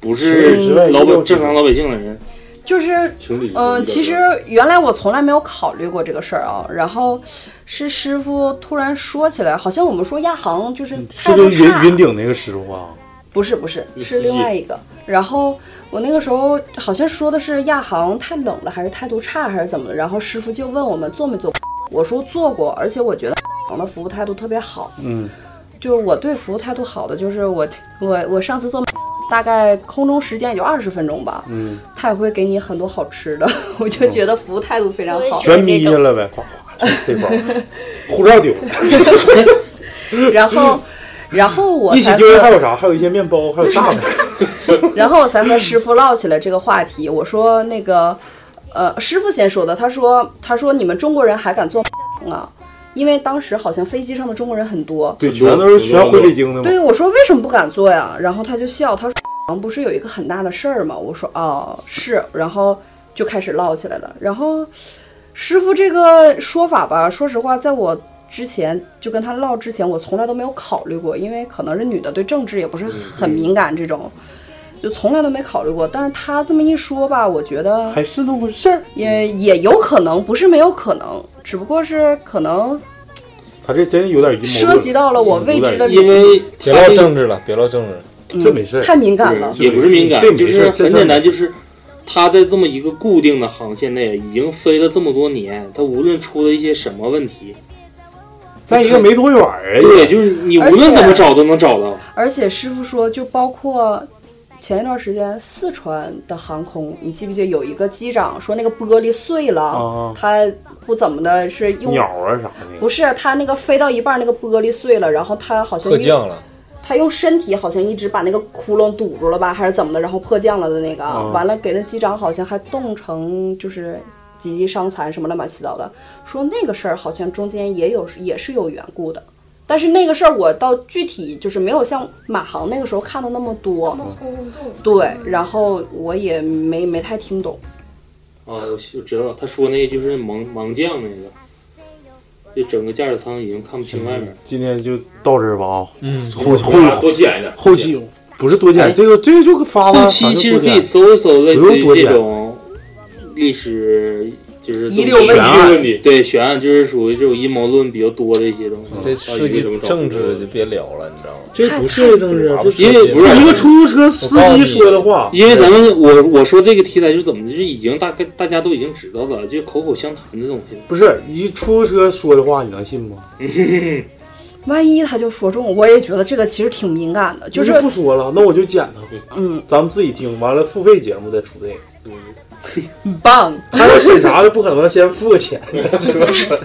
不是情理之外老意料之百外正常老百姓的人，就是情理之中嗯，意料之其实外原来我从来没有考虑过这个事儿啊。然后是师傅突然说起来，好像我们说亚航就是是态不度是云差，云顶那个师傅啊？不是不是是是司机另外一个。然后我那个时候好像说的是亚航太冷了，还是态度差，还是怎么的？然后师傅就问我们做没做，我说做过，而且我觉得亚航的服务态度特别好。嗯，就是我对服务态度好的，就是我我我上次做 大概空中时间也就二十分钟吧，嗯，他也会给你很多好吃的， 我就嗯觉得服务态度非常好。全眯下了呗，夸夸这包， 护照丢了，然后，然后我一起才丢人还和有啥？还有一些面包，还有炸的。然后我才和师傅唠起了这个话题。我说那个，呃，师傅先说的，他说他说你们中国人还敢做啊？因为当时好像飞机上的中国人很多，对，全都是全回北京的嘛。对，我说为什么不敢做呀？然后他就笑，他说不是有一个很大的事儿吗？我说哦是，然后就开始唠起来了。然后师傅这个说法吧，说实话，在我之前就跟他唠之前，我从来都没有考虑过，因为可能是女的对政治也不是很敏感这种。就从来都没考虑过，但是他这么一说吧，我觉得还是那回事儿，也也有可能，不是没有可能，只不过是可能他这真有点阴谋论，涉及到了我未知呃的因为别他唠这个政治了，别唠政治了，嗯这没事儿。嗯太敏感了。也不是敏感这，没就事是这很这简单，就是他在这么一个固定的航线内已经飞了这么多年，他无论出了一些什么问题，再一个没多远儿，对，就是你无论怎么找都能找到。而且师傅说，就包括前一段时间四川的航空，你记不记得有一个机长说那个玻璃碎了，啊他不怎么的是用鸟啊啥的。不是他那个飞到一半那个玻璃碎了，然后他好像迫用降了，他用身体好像一直把那个窟窿堵住了吧，还是怎么的，然后迫降了的那个，啊完了给那机长好像还冻成就是。几级伤残什么乱七八糟的，说那个事儿好像中间也有也是有缘故的，但是那个事儿我到具体就是没有像马航那个时候看的那么多，轰动，对，然后我也没没太听懂，啊，我我知道他说那个就是盲盲降那个，就整个驾驶舱已经看不清外面。今天就到这儿吧啊，嗯，后大家后多见一点，后期不是多哎见，这个这个就发了。后期其实可以搜一搜类似不用多于点这种历史，就是遗留问题悬案论比，对悬案就是属于这种阴谋论比较多的一些东西。这涉及政治就别聊了，你知道吗？这不是政治，这因为不是一个出租车司机说的话。因为咱们我我说这个题材就是怎么就是已经大概大家都已经知道了，就口口相传的东西。不是一出租车说的话，你能信吗？万一他就说中，我也觉得这个其实挺敏感的，就是不说了，那我就剪了。嗯，咱们自己听完了，付费节目再出这个。很棒，他要审查的不可能先付个钱，是吧？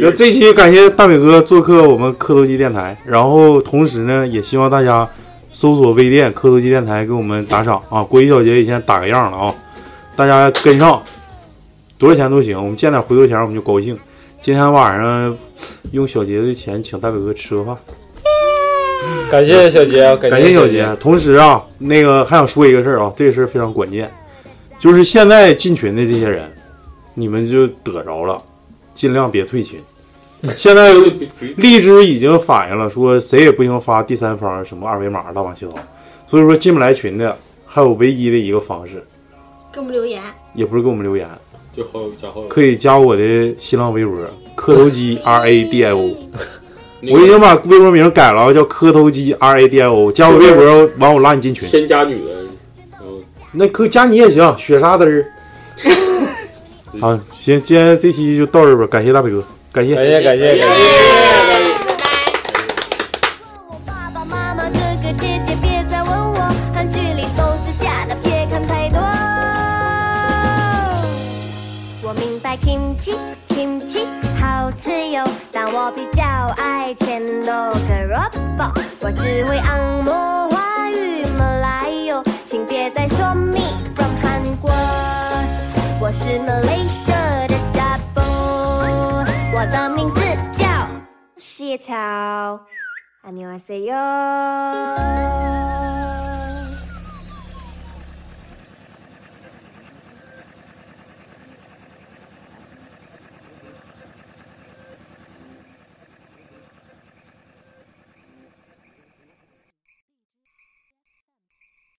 就这期感谢大美哥做客我们磕头机电台，然后同时呢，也希望大家搜索微店磕头机电台给我们打赏啊！国一小节也先打个样了啊，大家跟上，多少钱都行，我们见点回头钱我们就高兴。今天晚上用小杰的钱请大伟哥吃个饭，感谢小杰啊，感感谢小小杰。同时啊，那个还想说一个事儿啊，这个事儿非常关键，就是现在进群的这些人，你们就得着了，尽量别 退群。现在荔枝已经反映了，说谁也不行发第三方什么二维码、大王系统，所以说进不来群的，还有唯一的一个方式，给我们留言。也不是给我们留言，就好友加好友，可以加我的新浪微博磕头 机 R A D I O。我已经把微博名改了，叫磕头机 R A D I O。加我微博，完我拉你进群。先加女的，然后那可加你也行，雪沙嘚 儿。好，行，今天这期就到这吧，感谢大北哥，感谢，感谢感谢感谢。妈妈、哥哥、姐姐，别再问我，韩剧里都是假的，别看太多。我明白 kimchi kimchi 好吃哟，但我比较爱钱多可萝卜，我只会按摩华语马来哟，请别再说 me from 韩国，我是 Malaysia 的家伯，我的名字叫谢草。안녕하세요.